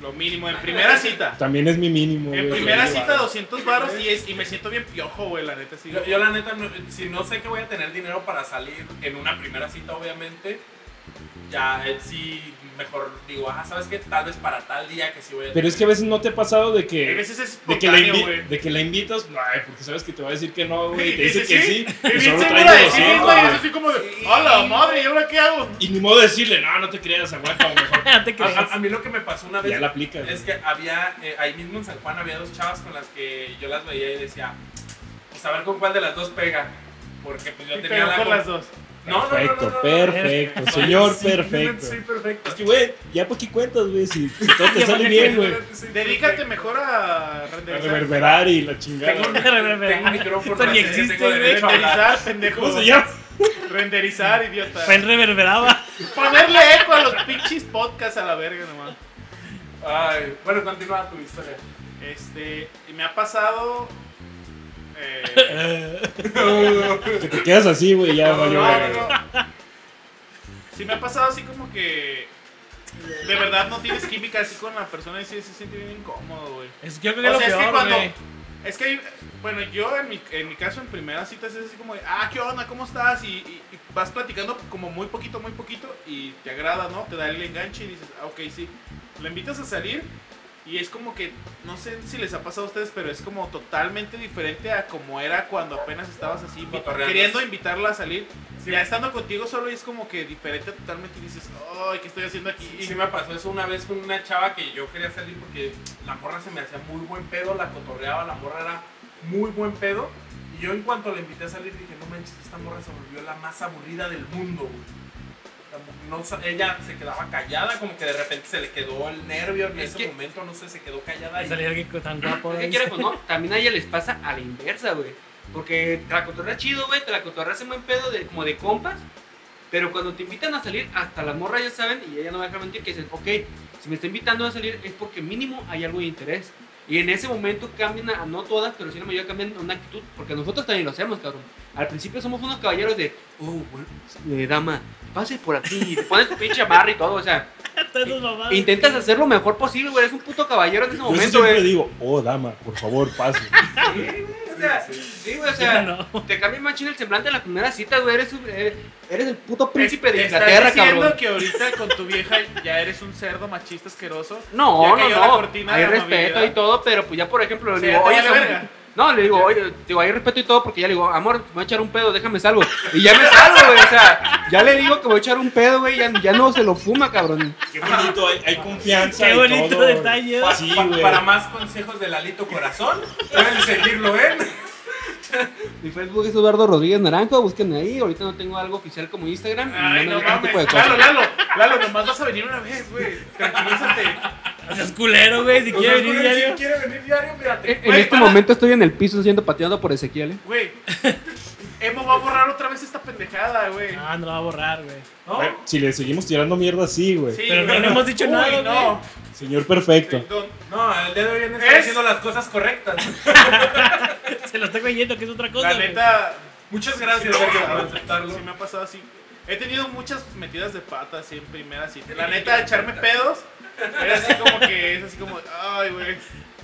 S1: Lo mínimo, en primera cita.
S2: También es mi mínimo.
S1: En
S2: güey.
S1: primera
S2: Sí,
S1: cita, 200 varos y, es- y me siento bien piojo, güey, la neta, sí.
S3: Yo, yo la neta, no- si no sé que voy a tener dinero para salir en una primera cita, obviamente, ya eh, sí, mejor digo, ah, ¿sabes qué? Tal vez para tal día que sí voy a
S2: Pero es que a veces no te ha pasado de
S1: Hay
S2: que,
S1: veces es
S2: eh, de que, la,
S1: espontáneo,
S2: invi-
S1: güey.
S2: de que la invitas, ay, porque sabes que te va a decir que no, güey, y te
S1: Y
S2: dice
S1: dice
S2: que
S1: sí,
S2: sí.
S1: Y
S2: y
S1: bien
S2: solo
S1: segura
S2: trae
S1: de sí
S2: doscientos,
S1: misma, y es
S2: güey.
S1: así como de, ¡a la madre! ¿Y ahora qué hago?
S2: Y ni modo de decirle, no, no te creas, aguanta, a lo mejor.
S4: No te
S3: A,
S1: Ah,
S4: creas.
S3: a- a mí lo que me pasó una vez
S2: Ya la aplicas.
S3: es que había, eh, ahí mismo en San Juan había dos chavas con las que yo las veía y decía, pues a ver con cuál de las dos pega. Porque pues yo
S1: Y
S3: tenía
S1: pegó
S3: la...
S1: con
S3: con-
S1: las dos.
S3: No, no, no, no, no,
S2: Perfecto,
S3: no,
S2: perfecto,
S3: Soy-
S2: señor,
S3: sí,
S2: perfecto.
S3: Soy perfecto.
S2: Es que, güey, ya por qué cuentas, güey, si, si todo te sale bien, güey.
S3: Soy
S1: Dedícate
S3: perfecto.
S1: mejor a
S2: A
S1: renderizar.
S2: reverberar y la chingada.
S3: Tengo, tengo un micrófono,
S4: Eso ni
S3: así,
S4: existe,
S3: tengo derecho a hablar.
S1: Renderizar, pendejo.
S2: ¿Cómo se llama?
S1: Renderizar, idiota.
S4: Fue en reverberaba.
S1: Ponerle eco a los pinches podcasts a la verga nomás.
S3: Ay, bueno, continúa tu historia.
S1: Este, y me ha pasado... eh,
S2: Que te quedas así, güey, ya
S1: no,
S2: valió,
S1: no,
S2: güey.
S1: no. Sí me ha pasado así como que... De verdad no tienes química así con la persona y sí se siente bien incómodo, güey.
S4: Es que yo creo que
S1: O
S4: es lo
S1: sea, es que
S4: peor,
S1: cuando.
S4: güey.
S1: Es que, bueno, yo en mi, en mi caso, en primera cita es así como de, ah, ¿qué onda? ¿Cómo estás? Y, y- y vas platicando como muy poquito, muy poquito, y te agrada, ¿no? Te da el enganche y dices, ah, ok, sí. La invitas a salir, y es como que, no sé si les ha pasado a ustedes, pero es como totalmente diferente a como era cuando apenas estabas así, invi-
S3: Cotorreando.
S1: queriendo invitarla a salir. Ya estando contigo solo es como que diferente totalmente y dices, ay, ¿qué estoy haciendo aquí?
S3: Y sí me pasó eso una vez con una chava que yo quería salir porque la morra se me hacía muy buen pedo, la cotorreaba, la morra era muy buen pedo. Y yo en cuanto la invité a salir dije, no manches, esta morra se volvió la más aburrida del mundo, güey". La mu- No, sa- ella se quedaba callada, como que de repente se le quedó el nervio en
S6: Es
S3: ese
S6: que-
S3: momento, no sé, se quedó callada. y-
S4: Salía alguien tan guapo.
S6: Es que
S4: güey.
S6: quieras o pues, no, también a ella les pasa a la inversa, güey. Porque te la cotorreas chido, güey, te la cotorreas en buen pedo, de, como de compas. Pero cuando te invitan a salir, hasta la morra ya saben, y ella no va a dejar mentir, que dicen, ok, si me está invitando a salir es porque mínimo hay algo de interés. Y en ese momento cambian, a, no todas, pero sí la mayoría cambian a una actitud, porque nosotros también lo hacemos, cabrón. Al principio somos unos caballeros de, oh, bueno, eh, dama, pase por aquí, y te pones tu pinche barra y todo, o sea,
S4: Todas esas mamadas.
S6: intentas hacer lo mejor posible, güey, eres un puto caballero en ese
S2: Yo sí
S6: momento,
S4: eh.
S2: siempre
S6: güey.
S2: digo, oh, dama, por favor, pase.
S6: O sea, sí, güey, o sea,
S4: Ya no.
S6: te cambia machín el semblante a la primera cita, güey. Eres, un- eres eres el puto príncipe de
S1: ¿Estás
S6: Inglaterra,
S1: diciendo
S6: cabrón.
S1: que ahorita con tu vieja ya eres un cerdo machista asqueroso? Ya
S6: No, no,
S1: cayó la
S6: no.
S1: cortina de
S6: Hay
S1: la
S6: respeto
S1: amabilidad.
S6: y todo, pero pues ya, por ejemplo,
S1: O
S6: le
S1: sea, ya te
S6: digo, oye,
S1: vale
S6: amor".
S1: verga.
S6: No, le digo, oye, digo, hay respeto y todo porque ya le digo, amor, me voy a echar un pedo, déjame salgo. Y ya me salgo, güey, o sea, ya le digo que voy a echar un pedo, güey, ya, ya no se lo fuma, cabrón.
S2: Qué bonito, hay, hay confianza.
S4: Qué
S2: y
S4: bonito
S2: todo, güey.
S4: detalle.
S3: Pa-
S2: Sí,
S3: pa-
S2: güey.
S3: para más consejos de Lalito Corazón, pueden seguirlo en...
S6: Mi Facebook es Eduardo Rodríguez Naranjo, busquen ahí. Ahorita no tengo algo oficial como Instagram.
S1: Ay,
S6: me
S1: no
S6: digan ese tipo de
S1: mames.
S6: cosas.
S1: Lalo, Lalo, Lalo, nomás vas a venir una vez, güey. Tranquilízate.
S4: O sea, es culero, güey. Si quiere venir diario.
S3: quiere venir diario, mírate.
S6: En en este momento estoy en el piso siendo pateado por Ezequiel. ¿eh?
S1: Güey, Emo va a borrar otra vez esta pendejada, güey.
S4: "Ah, No, no lo va a borrar, güey.
S3: ¿No?
S2: Güey, Si le seguimos tirando mierda, sí, güey.
S1: Sí,
S4: Pero no
S1: güey.
S4: le hemos dicho
S1: Uy,
S4: nada,
S1: no.
S2: Señor perfecto.
S1: Don-
S3: No, el día de hoy no está
S1: Es-
S3: haciendo las cosas correctas.
S4: Se lo está creyendo que es otra cosa.
S1: La
S4: güey.
S1: neta,
S3: Muchas
S1: sí
S3: gracias
S1: me ha
S3: Sergio, por
S1: pasado.
S3: aceptarlo.
S1: Sí me ha pasado así. He tenido muchas metidas de patas sí, en primera cita. La neta, echarme pedos era así como que es así como, ay, güey.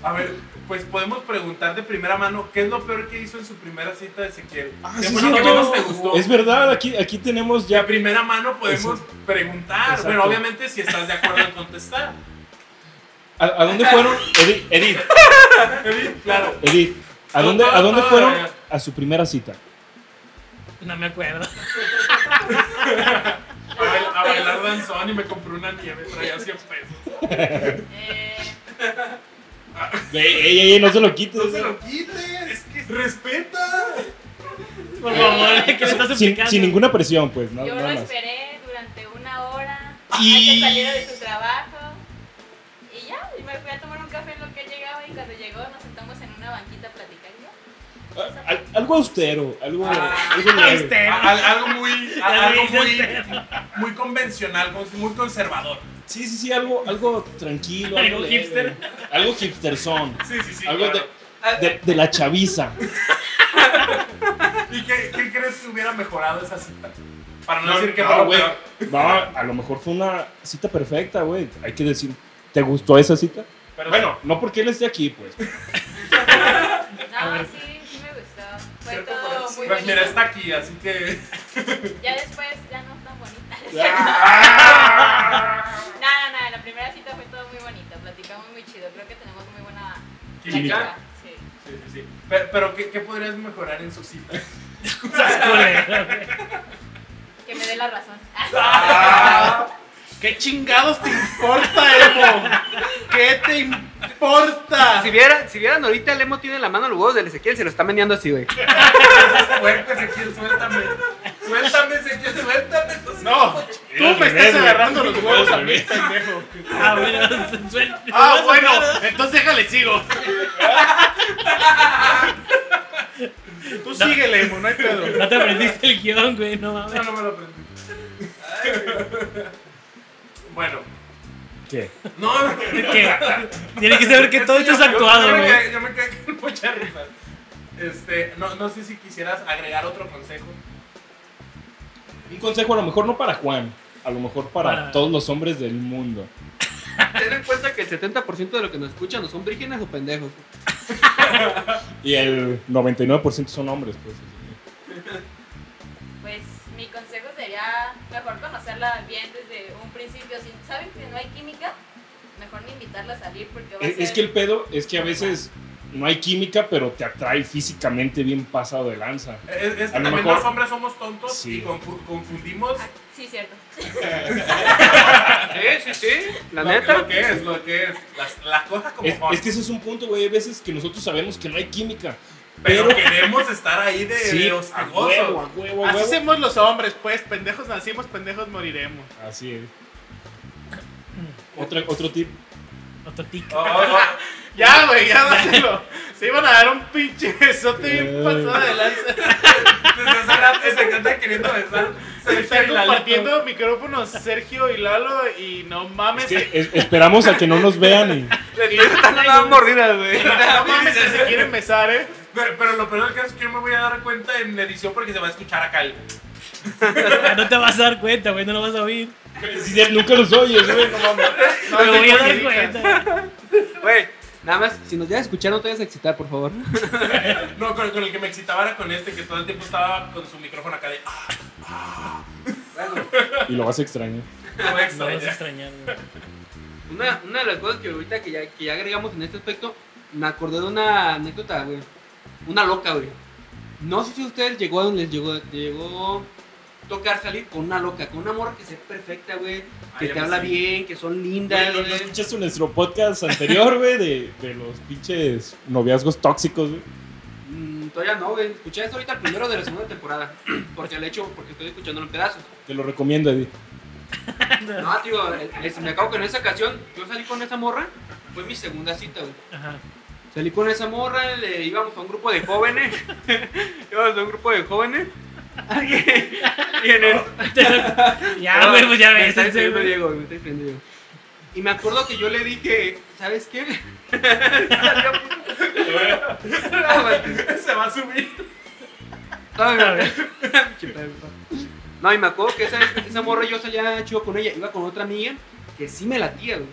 S3: A ver, pues podemos preguntar de primera mano qué es lo peor que hizo en su primera cita Ezequiel.
S2: Ah,
S3: ¿Qué
S2: sí,
S3: fue lo que
S2: cierto.
S3: menos te gustó?
S2: Es verdad, aquí, aquí tenemos
S3: De
S2: ya.
S3: primera mano podemos preguntar.
S2: Exacto.
S3: Bueno, obviamente si estás de acuerdo en contestar.
S2: ¿A, a dónde fueron? Edith, Edith,
S3: Claro.
S2: Edith, ¿A
S3: No,
S2: dónde,
S3: todo-
S2: ¿a dónde
S3: todo
S2: fueron?
S3: debería.
S2: A su primera cita.
S4: No me acuerdo.
S3: A, bail- a bailar danzón y me compré una nieve, traía 100 pesos.
S8: Eh,
S2: Ey, ey, ey, no se lo quites.
S3: quites, es que respeta.
S4: Por favor, que me estás
S2: sin,
S4: explicando.
S2: sin ninguna presión, pues. no-
S8: yo lo
S2: nada más.
S8: esperé durante una hora
S2: Y-
S8: hasta que salieron de su trabajo. Y ya, y me fui a tomar un café en lo que él llegaba y cuando llegó nos sentamos en una banquita platicando.
S2: Ah, al- algo austero, algo.
S3: Ah,
S2: algo
S4: Ah,
S2: leve.
S4: usted.
S3: A- a- algo muy, a-
S4: Ya
S3: algo
S4: dice
S3: muy,
S4: usted.
S3: muy convencional, con- muy conservador.
S2: Sí, sí, sí, algo, algo tranquilo. Algo,
S4: Algo
S2: leve.
S4: hipster.
S2: Algo hipsterzón.
S3: Sí, sí, sí.
S2: algo
S3: claro.
S2: de, de- de la chaviza.
S3: ¿Y qué, qué crees que hubiera mejorado esa cita? Para no,
S2: No,
S3: decir que
S2: no,
S3: fue lo
S2: güey.
S3: peor.
S2: No, a lo mejor fue una cita perfecta, güey. Hay que decir, ¿te gustó esa cita?
S3: Pero
S2: Bueno, no porque él esté aquí, pues.
S8: No, sí, sí me gustó. Fue todo muy
S3: Pues mira,
S8: bonito.
S3: está aquí, así que.
S8: Ya después ya no tan bonita.
S3: Ah.
S8: Nada, nada, la primera cita fue todo muy bonito, platicamos muy chido, creo que tenemos muy buena
S3: Química.
S8: Sí.
S3: Sí, sí, sí. Pero, pero ¿qué, qué podrías mejorar en su cita?
S1: ah.
S4: Estás culero, güey.
S8: Que me dé la razón.
S3: Ah.
S1: Ah, ¿Qué chingados te importa, Emo? ¿Qué te importa?
S6: Ah, Si vieran, si vieran ahorita, el emo tiene en la mano los huevos del Ezequiel, se lo está meneando así, güey.
S3: Suéltame, Ezequiel, suéltame. Suéltame, Ezequiel, suéltame.
S1: No, tú me estás agarrando los huevos a mí, pendejo.
S4: Ah, bueno, suelta.
S1: Ah, bueno, entonces déjale, sigo. Tú síguele, Emo, no hay pedo.
S4: No te aprendiste el guión, güey, no mames.
S3: No, no me lo aprendí. Bueno,
S2: ¿Qué?
S3: no.
S4: ¿Qué? Tienes que saber que todo esto es
S3: Yo- yo-
S4: actuado,
S3: yo me
S4: güey.
S3: quedé- Yo me quedé con mucha risa. Este, no, no sé si quisieras agregar otro consejo.
S2: Un consejo, a lo mejor no para Juan, a lo mejor para,
S4: Para-
S2: todos los hombres del mundo.
S6: Ten en cuenta que el 70% de lo que nos escuchan no son vírgenes o pendejos.
S2: Y el 99% son hombres, pues.
S8: Pues mi consejo sería mejor conocerla bien desde un principio. Si saben que no hay química, mejor ni invitarla a salir porque va a
S2: Es,
S8: ser...
S2: es que el pedo es que a veces no hay química, pero te atrae físicamente bien pasado de lanza.
S3: Es, es
S2: A
S3: que
S2: lo
S3: también
S2: mejor-
S3: los hombres somos tontos
S2: Sí.
S3: y confu- confundimos
S8: Ah, Sí, cierto.
S6: Sí, sí, sí. La
S3: lo,
S6: neta.
S3: lo que es, lo que es. Las, las cosas como
S2: Es,
S3: son.
S2: es que ese es un punto, güey. Hay veces que nosotros sabemos que no hay química.
S3: pero
S2: pero-
S3: queremos estar ahí de,
S2: Sí,
S3: de
S2: a huevo, a
S3: hostigosos.
S2: huevo, a
S1: Así
S2: huevo.
S1: somos los hombres, pues. Pendejos nacimos, pendejos moriremos.
S2: Así es. Otra- otro tip.
S4: Otro tic.
S3: Oh, oh, oh.
S1: Ya, güey, ya dáselo. Se iban a dar un pinche besote bien
S2: Eh.
S1: pasado de lanza.
S3: Desde hace rato se canta queriendo besar.
S1: Se están
S3: Lalito.
S1: compartiendo micrófonos Sergio y Lalo y no mames. eh,
S2: Que es- esperamos a que no nos vean y.
S1: y-
S6: Están dando mordidas, güey.
S1: no mames, si se quieren besar, eh.
S3: Pero, pero lo peor del caso es que yo me voy a dar cuenta en la edición porque se va a escuchar acá el.
S4: Ah, No te vas a dar cuenta, güey, no lo vas a oír.
S2: Sí, sí, nunca los oyes, güey. no mames.
S1: No,
S4: Me
S1: sí,
S4: voy a
S1: porque-
S4: dar cuenta.
S6: Güey, nada más, si nos llegas a escuchar, no te vayas a excitar, por favor.
S3: No, con, con el que me excitaba era con este que todo el tiempo estaba con su micrófono acá de. Ah,
S2: Y lo vas a extrañar.
S3: lo voy a
S4: No vas a
S3: extrañar.
S4: extrañar, güey.
S6: Una, una de las cosas que ahorita que ya, que ya agregamos en este aspecto, me acordé de una anécdota, güey. Una loca, güey. No sé si a ustedes llegó a les llegó, llegó tocar salir con una loca, con una morra que sea perfecta, güey. Que
S3: Ay, ya
S6: te
S3: me
S6: habla
S3: sé.
S6: bien, que son lindas,
S2: Güey, ¿No,
S6: güey.
S2: no escuchaste nuestro podcast anterior, güey? De, de los pinches noviazgos tóxicos, güey.
S6: Mm, todavía no, güey. Escuché esto ahorita el primero de la segunda temporada. Porque el hecho, porque estoy escuchándolo en pedazos.
S2: Te lo recomiendo, Edith.
S6: No, tío, eh, eh, me acabo que en esa ocasión yo salí con esa morra. Fue mi segunda cita, güey.
S4: Ajá.
S6: Salí con esa morra, le íbamos a un grupo de jóvenes. íbamos a un grupo de jóvenes. y en el-
S4: Ya, güey, pues ya
S6: Me
S4: ves.
S6: está
S4: ese,
S6: diciendo
S4: güey.
S6: Diego, me está diciendo Diego. Y me acuerdo que yo le dije, ¿sabes qué? Estaría muy- No, güey.
S3: Se va a subir.
S6: No, no, no. Pinche perro. No, y me acuerdo que esa, esa morra yo salía chido con ella, iba con otra amiga que sí me latía, güey.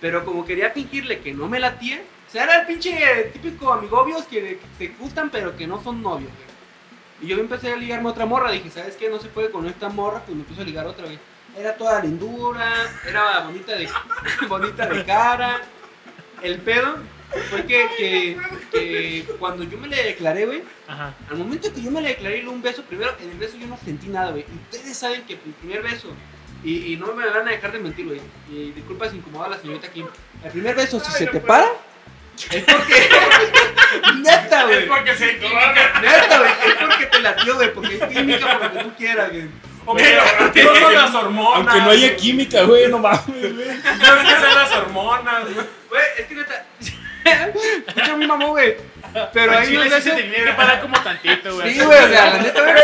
S6: Pero como quería fingirle que no me latía, O sea, era el pinche típico amigobios que se gustan pero que no son novios, güey. Y yo empecé a ligarme a otra morra, dije, ¿sabes qué? No se puede con esta morra, pues me puse a ligar otra vez. Era toda lindura, era bonita de, bonita de cara. El pedo fue que, que- que cuando yo me le declaré, güey,
S4: Ajá.
S6: al momento que yo me le declaré y le di un beso, primero, en el beso yo no sentí nada, güey. Y Ustedes saben que el primer beso, y, y no me van a dejar de mentir, güey. Y disculpa si incomoda a la señorita aquí. El primer beso, si se te para, es porque. Neta, güey.
S3: Es porque se equivoca.
S6: Neta, güey. Es porque te latió, güey. Porque es química, por lo que tú quieras, güey.
S3: O que no son las hormonas.
S2: Aunque no haya
S3: güey.
S2: química, güey, no mames, güey.
S3: No es que sean las hormonas, güey.
S6: Güey, es que neta. Escucha mi mamá, güey. Pero ahí
S1: Chile
S6: no
S1: sí se
S6: sé.
S1: tenía que parar como tantito, güey.
S6: Sí, güey, o sea, la neta, güey.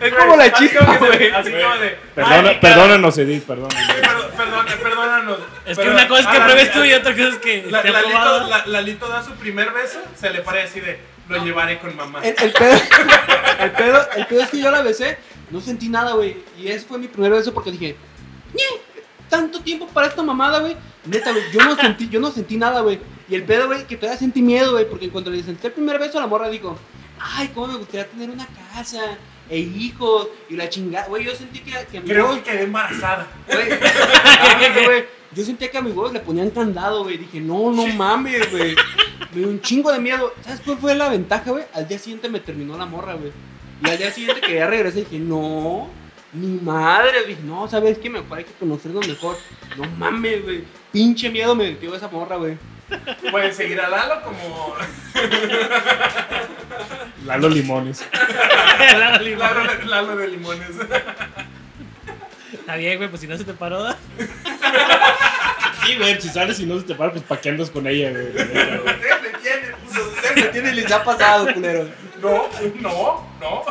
S6: Es como la
S3: Así
S6: chispa,
S3: como que se-
S6: güey.
S3: Así como de.
S2: Perdona-
S3: ay,
S2: perdónanos, Edith, perdónanos.
S3: cara, pero- Perdón, eh, perdónanos.
S4: Es que
S3: Pero-
S4: una cosa es que
S3: ah,
S4: pruebes
S3: la-
S4: tú y otra cosa es que
S3: la-
S4: esté
S3: Lalito
S4: aprobado.
S3: la- Lalito da su primer beso, se le para así de. Lo llevaré con mamá.
S1: Eh,
S6: El, el pedo, el, pedo, el pedo es que yo la besé, no sentí nada, güey. Y ese fue mi primer beso porque dije, "Ñe, tanto tiempo para esta mamada, güey. Neta, güey, yo no sentí, yo no sentí nada, güey. Y el pedo, güey, que todavía sentí miedo, güey, porque en cuanto le senté el primer beso, la morra dijo, ay, cómo me gustaría tener una casa e hijos y la chingada, güey. Yo sentí que, que a mi
S3: Creo
S6: voz-
S3: que quedé embarazada.
S6: güey, ah, güey, Yo sentía que a mis huevos le ponían candado, güey. Dije, no, no mames, güey. Me dio un chingo de miedo. ¿Sabes cuál fue la ventaja, güey? Al día siguiente me terminó la morra, güey. Y al día siguiente que ya regresé, dije, no, ni madre. Dije, no, ¿sabes qué? Mejor hay que conocernos mejor. No mames, güey. Pinche miedo me metió esa morra, güey.
S3: Pueden seguir a Lalo como.
S2: Lalo Limones.
S4: La lima.
S3: Lalo, Lalo de limones.
S4: Está bien, güey, pues si no se te paró. da.
S2: Sí, güey, si sales y no se te para, pues ¿para qué andas con ella, güey?
S3: Usted me tiene, puto.
S6: ¿Qué tienes? Les ha pasado, culero.
S3: No, no, no.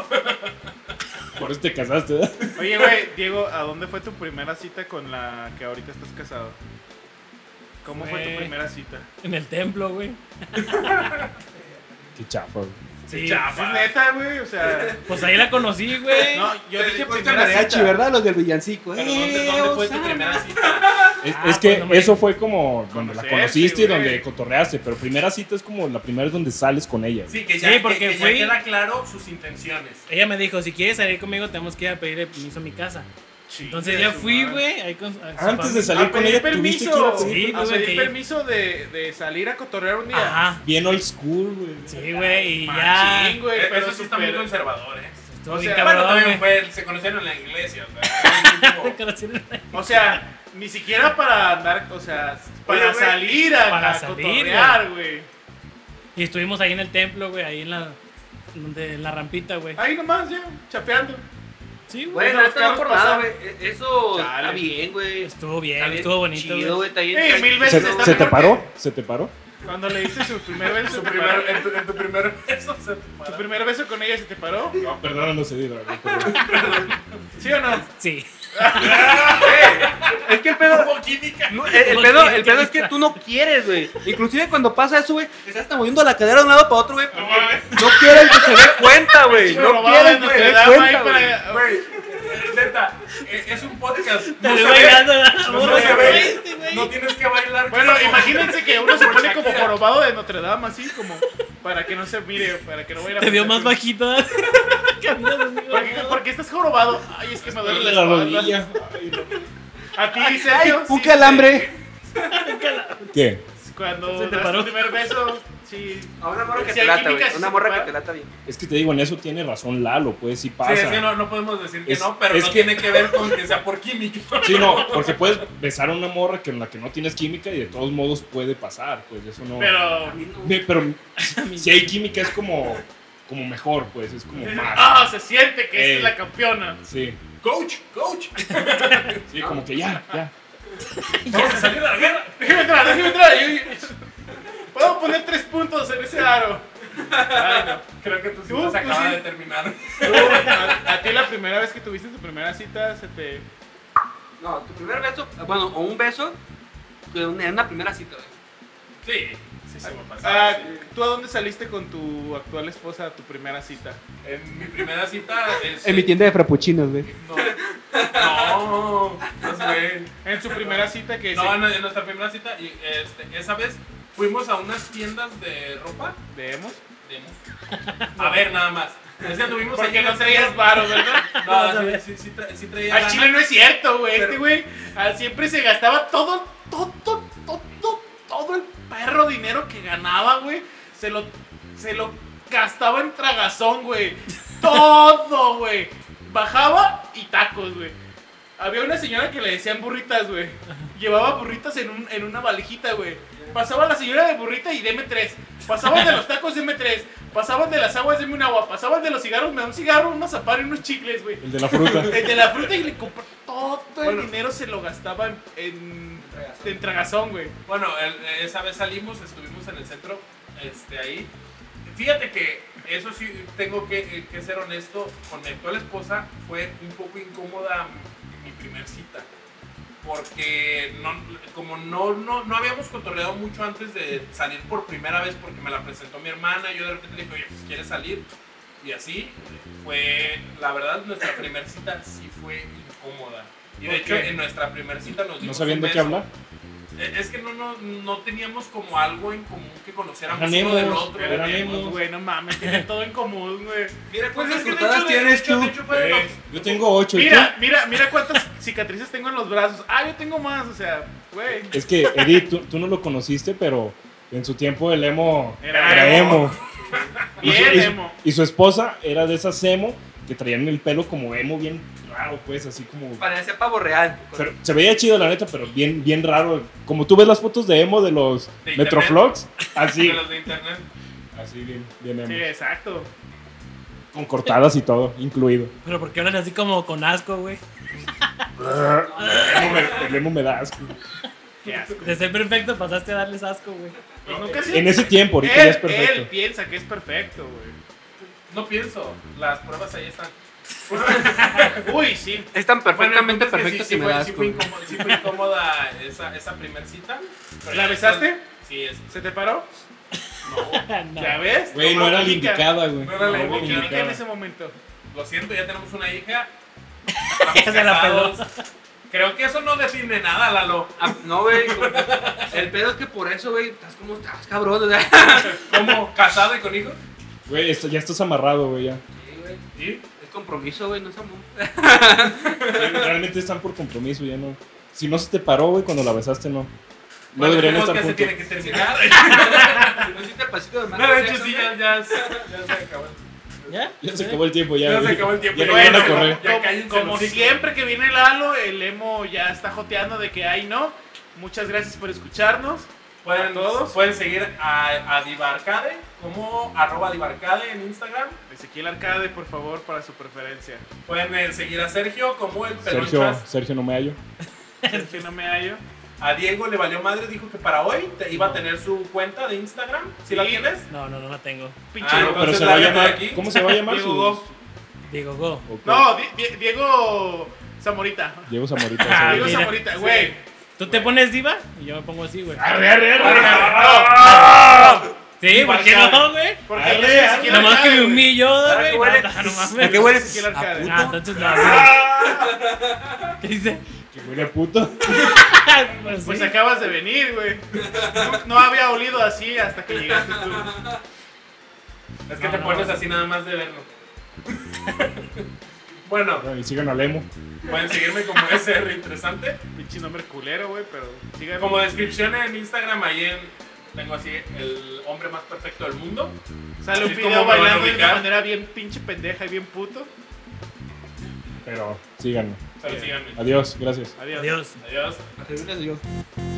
S2: Por eso te casaste, ¿verdad?
S1: Oye, güey, Diego, ¿a dónde fue tu primera cita con la que ahorita estás casado? ¿Cómo fue
S4: Güey.
S1: tu primera cita?
S4: En el templo, güey.
S2: Qué chafa, güey.
S4: Sí.
S1: Es Pues neta, güey, o sea.
S4: Pues ahí la conocí, güey.
S1: No, yo dije primera
S6: Mariachi,
S1: cita.
S6: Pues, ¿verdad? Los del villancico.
S3: Pero
S6: Eh,
S3: ¿dónde, dónde fue tu
S6: Osama.
S3: primera cita?
S2: Es,
S4: Ah,
S2: es que
S4: pues, no me-
S2: eso fue como donde la
S1: Conocerse,
S2: conociste y
S1: güey.
S2: donde cotorreaste, pero primera cita es como la primera es donde sales con ella. güey.
S3: Sí, que ya,
S4: Sí, porque
S3: que- que ya
S4: fui-
S3: queda claro sus intenciones.
S4: Ella me dijo, si quieres salir conmigo, tenemos que ir a pedirle permiso a mi casa. Entonces
S1: Chingue
S4: ya
S1: su
S4: fui,
S1: madre.
S4: güey. ahí con- a su
S2: Antes de
S4: familia.
S2: salir
S1: A
S2: con
S1: pedir
S2: ella, tuviste que ir a
S1: permiso.
S2: pedir
S4: Sí,
S1: A
S4: tuve que
S1: pedir
S4: ir.
S1: permiso de, de salir a cotorrear un día.
S4: Ajá.
S2: Bien old school, güey.
S4: Sí, güey, y ya.
S1: Machín, güey,
S3: Pero
S1: pero
S3: Eh, eso sí está muy
S1: súper-
S3: conservador, eh.
S4: Estuvo
S1: O
S4: bien
S1: sea,
S3: Bueno,
S4: cabrón,
S3: también
S4: güey.
S3: fue, se conocieron en la iglesia, o sea. tipo,
S1: O sea, ni siquiera para andar, o sea, para
S3: Oye, güey,
S1: salir a,
S4: para
S1: a
S4: salir,
S1: cotorrear, güey.
S4: Y estuvimos ahí en el templo, güey, ahí en la, donde, en la rampita, güey.
S1: Ahí nomás, ya, chapeando.
S4: Sí, güey.
S6: Güey,
S1: Los
S6: no está
S1: carros
S6: por nada,
S1: pasaron.
S6: güey. E- Eso
S1: Chale.
S6: está bien, güey.
S4: Estuvo bien,
S6: Está bien
S4: estuvo bonito,
S6: Chido,
S4: güey.
S6: güey. Está bien.
S1: Eh, mil
S2: ¿Se,
S1: veces está
S2: se te
S1: mejor
S2: paró? ¿Se te paró?
S1: que Cuando le diste su primer beso,
S3: tu
S1: su
S3: primer-
S1: primer,
S3: en, tu, en tu primer beso se te
S1: tu
S3: para.
S1: primer beso con ella se te paró.
S2: No, perdón, no se dio.
S1: ¿Sí o no?
S4: Sí.
S6: Es que el pedo.
S3: Hubo química.
S6: no, el, el
S4: Porque
S6: pedo, el
S4: te
S6: pedo es que
S4: gusta.
S6: tú no quieres, güey. Inclusive cuando pasa eso, güey, estás hasta moviendo la cadera de un lado para otro, güey. porque No quieres que se dé cuenta, güey. No
S1: Robado de
S6: quieres que
S1: Notre
S6: se dé
S1: Dame ahí
S6: cuenta, güey.
S1: para-
S3: Güey, neta, e- es un podcast.
S4: Te
S3: No
S4: voy
S3: se ve.
S4: dando la
S3: No
S4: morra,
S3: se
S4: güey.
S3: ve. No tienes que bailar.
S1: Bueno,
S3: como-
S1: imagínense que uno se
S3: como
S1: pone como
S3: Shakira.
S1: jorobado de Notre Dame, así como para que no se mire, para que no vaya a
S4: Te vio más
S1: pensar que-
S4: bajito. Caminas así, güey.
S1: ¿Por qué, por qué estás jorobado? Ay, es que me duele la
S2: La
S1: espalda.
S2: rodilla.
S1: A ti,
S6: Ay,
S1: Sergio.
S6: un
S1: sí,
S6: calambre.
S2: ¿Qué?
S1: Cuando
S4: Se te
S1: das
S4: paró.
S1: tu primer beso, sí.
S6: A una morra que
S1: Si
S6: te
S1: hay
S6: lata,
S1: química,
S6: güey.
S1: sí
S6: Una
S1: se
S6: morra que
S1: separa.
S6: te lata bien.
S2: Es que te digo, en eso tiene razón Lalo, pues sí
S3: Sí,
S2: pasa.
S3: es que no, no podemos decir que
S2: Es-
S3: no, pero
S2: es
S3: no
S2: que-
S3: tiene que ver con que sea por química.
S2: Sí, no, porque puedes besar a una morra que en la que no tienes química y de todos modos puede pasar, pues eso
S1: Oh.
S2: no.
S1: Pero.
S2: Ve, pero si hay química es como, como mejor, pues es como más.
S1: ¡Ah! se siente que
S2: Ey.
S1: es la campeona.
S2: Sí,
S3: Coach, coach,
S2: sí, como que ya, ya.
S3: vamos a salir a la guerra.
S1: Déjeme entrar, déjeme entrar. Yo- Puedo poner tres puntos en ese aro. Ay, no.
S3: Creo que tú Uh, pues sí
S1: Tú,
S3: vas a
S1: tú
S3: acabar
S1: sí.
S3: de terminar.
S1: Tú, a, a ti la primera vez que tuviste tu primera cita se te.
S6: No, tu primer beso, bueno, o un beso, en una, en una primera cita, güey.
S3: Sí, sí se va a pasar.
S1: Ah,
S3: sí.
S1: ¿Tú a dónde saliste con tu actual esposa a tu primera cita?
S3: En mi primera cita. este,
S6: En mi tienda de frappuccinos, güey.
S3: No, no, no, güey.
S1: En su primera cita que
S3: No,
S1: se-
S3: en, en nuestra primera cita, y este, esa vez Fuimos a unas tiendas de ropa.
S1: ¿Vemos?
S3: Demos. A ver, nada más. Es que anduvimos
S1: Porque
S3: ahí
S1: no
S3: las
S1: traías
S3: tiendas.
S1: varo, ¿verdad?
S3: No, sí, sí, sí tra- sí traía
S1: Al
S3: lana.
S1: chile no es cierto, güey. Este
S3: Pero-
S1: güey ah, siempre se gastaba todo, todo, todo, todo el perro dinero que ganaba, güey. Se lo, se lo gastaba en tragazón, güey. Todo, güey. Bajaba y tacos, güey. Había una señora que le decían burritas, güey. Llevaba burritas en, un- en una valijita, güey. Pasaba la señora de burrita y deme tres. Pasaban de los tacos, deme tres. Pasaban de las aguas, deme un agua. Pasaban de los cigarros, me da un cigarro, un mazapán y unos chicles, güey.
S2: El de la fruta.
S1: El de la fruta y le compró todo
S3: Bueno.
S1: el dinero, se lo gastaba en, en, en tragazón, güey.
S3: Bueno, el- esa vez salimos, estuvimos en el centro, este, ahí. Fíjate que eso sí, tengo que, eh, que ser honesto, con mi actual esposa fue un poco incómoda mi primer cita. Porque no, como no, no, no habíamos cotorreado mucho antes de salir por primera vez, porque me la presentó mi hermana, yo de repente le dije, oye, pues quieres salir. Y así fue, la verdad, nuestra primer cita sí fue incómoda. Y
S1: Ok.
S3: de hecho, en nuestra primer cita nos dimos
S2: No
S3: un
S2: sabiendo qué
S3: beso.
S2: hablar.
S3: Eh, Es que no, no, no teníamos como algo en común que conociéramos
S2: Ajá,
S3: uno del
S2: Nemos,
S3: otro.
S2: pero
S3: güey.
S2: Nemos.
S1: Pues, Güey, no mames, tiene todo en común, güey.
S7: Mira
S3: Pues
S7: cuántas
S3: es que de
S7: frutadas
S3: hecho, de-
S7: tienes
S3: de hecho-
S7: tú.
S3: de hecho fue lo-
S2: Yo tengo ocho. ¿y
S1: Mira, mira, mira cuántas cicatrices tengo en los brazos. Ah, yo tengo más, o sea, güey.
S2: tú? Es que, Edith, tú, tú no lo conociste, pero en su tiempo el emo
S1: Era
S2: era
S1: emo.
S2: emo. Y su,
S1: Bien,
S2: y su-
S1: emo.
S2: y su esposa era de esas emo que traían el pelo como emo bien raro, pues, así como...
S7: Parecía pavo real.
S2: Se, se veía chido, la neta, pero bien, bien raro. Como tú ves las fotos de emo de los
S3: De
S2: Metroflogs, así.
S3: de los de internet.
S2: Así, bien, bien emo.
S1: Sí, exacto.
S2: Con cortadas y todo, incluido.
S4: Pero porque hablas así como con asco, güey.
S2: El emo me- el emo me da asco.
S1: Qué asco.
S4: De ser perfecto pasaste a darles asco, güey.
S1: Pues nunca sé.
S2: En ese tiempo, ahorita ya
S1: él,
S2: es perfecto.
S1: él piensa que es perfecto, güey.
S3: No pienso, las pruebas ahí están.
S1: Uy, sí.
S7: Están perfectamente
S3: Bueno, el punto es que
S7: perfectas
S3: sí,
S7: y
S3: sí
S7: me
S3: fue-
S7: das
S3: sí fue
S7: asco.
S3: incómoda, sí fue incómoda esa, esa primer cita. pero
S1: ¿La
S3: ya
S1: besaste?
S3: después- Sí, es.
S1: ¿Se te paró?
S3: No,
S4: Ah, No.
S1: ¿Ya ves?
S2: Güey, no era la indicada, güey.
S3: No era la
S2: era la
S3: indicada.
S1: ¿Qué en
S2: indicada.
S1: ese momento?
S3: lo siento, ya tenemos una hija.
S4: Ya se la peló.
S3: Casados. Creo que eso no define nada, Lalo.
S7: Ah, No, güey. El pedo es que por eso, güey, estás como estás, cabrón. O sea,
S3: ¿Cómo? ¿Casado y con hijos?
S2: Güey, esto- ya estás amarrado, güey, ya.
S3: Sí.
S7: es compromiso, güey, no es amor.
S2: Realmente están por compromiso, ya no. Si no se te paró, güey, cuando la besaste, no. No
S3: Bueno,
S2: deberían
S3: dijimos
S2: estar
S3: que se
S2: juntos.
S3: tiene que terminar.
S7: No hiciste pasito de mano.
S3: No, de
S7: o sea,
S3: hecho, sí, ya, ya, se- ya se acabó.
S4: ¿Ya?
S2: Ya se acabó el tiempo, ya.
S3: Ya se
S2: güey.
S3: acabó el tiempo.
S2: Ya no
S3: Bueno,
S2: van a correr.
S3: Ya
S1: Como-
S3: cállense
S1: como
S3: los hijos.
S1: siempre que viene Lalo, el emo ya está joteando de que ay no. Muchas gracias por escucharnos.
S3: Pueden,
S1: todos.
S3: pueden seguir a, a Divarcade como arroba Divarcade en Instagram.
S1: Ezequiel Arcade, por favor, para su preferencia.
S3: Pueden eh, seguir a Sergio como el
S2: Sergio,
S3: Pelonchas.
S2: Sergio no me hallo.
S1: Es que no me hallo.
S3: A Diego le valió madre, dijo que para hoy te iba a tener su cuenta de Instagram. ¿Sí, la
S1: Sí.
S3: tienes?
S4: No, no, no la tengo.
S1: Pinche.
S3: Ah,
S1: Diego.
S3: no,
S2: Pero
S3: Entonces,
S2: se va a
S3: la llamo
S2: llamar.
S3: aquí.
S2: ¿Cómo se va a llamar?
S1: Diego
S2: su-
S1: Goff.
S4: Digo, go.
S2: Ok.
S1: No, Di- Di- Diego Zamorita.
S2: Diego Zamorita.
S4: Ah,
S2: sí.
S1: Diego
S4: mira.
S1: Zamorita, güey.
S4: ¿Tú te pones diva? Y yo me pongo así, güey.
S2: Arre, arre,
S3: Ah,
S2: arre.
S4: Sí, ¿por qué no, güey?
S1: Porque
S2: Arre,
S1: yo soy Ezequiel
S2: arre.
S4: Nomás que me
S1: Arcade, güey.
S4: humillo,
S7: ¿A
S4: güey.
S7: qué
S4: No,
S7: huele?
S4: no, no
S7: ¿A
S4: mames.
S7: qué hueles?
S1: Ezequiel
S7: ¿A
S1: Arcade.
S4: Ah,
S7: puto?
S4: entonces no. güey. ¿Qué dice?
S2: Que huele a puto.
S4: Pues sí.
S1: Pues acabas de venir, güey. No, no había olido así hasta que llegaste tú.
S3: Es que
S4: No,
S3: te
S4: no,
S3: pones
S4: no.
S3: así nada más de verlo. bueno,
S2: Y sigan al emo.
S3: pueden seguirme como SR Interesante.
S1: Pinche nombre culero, güey, pero sigue
S3: Como descripción en Instagram, ahí en- tengo así el hombre más perfecto del mundo.
S1: Sale un
S3: Así
S1: video
S3: como me van a
S1: bailando de una
S3: ubicar.
S1: manera bien pinche pendeja y bien puto.
S2: Pero síganme.
S3: Pero síganme.
S2: Adiós, gracias.
S1: Adiós.
S4: Adiós.
S3: Adiós.
S7: A servirles a Dios.
S2: Adiós.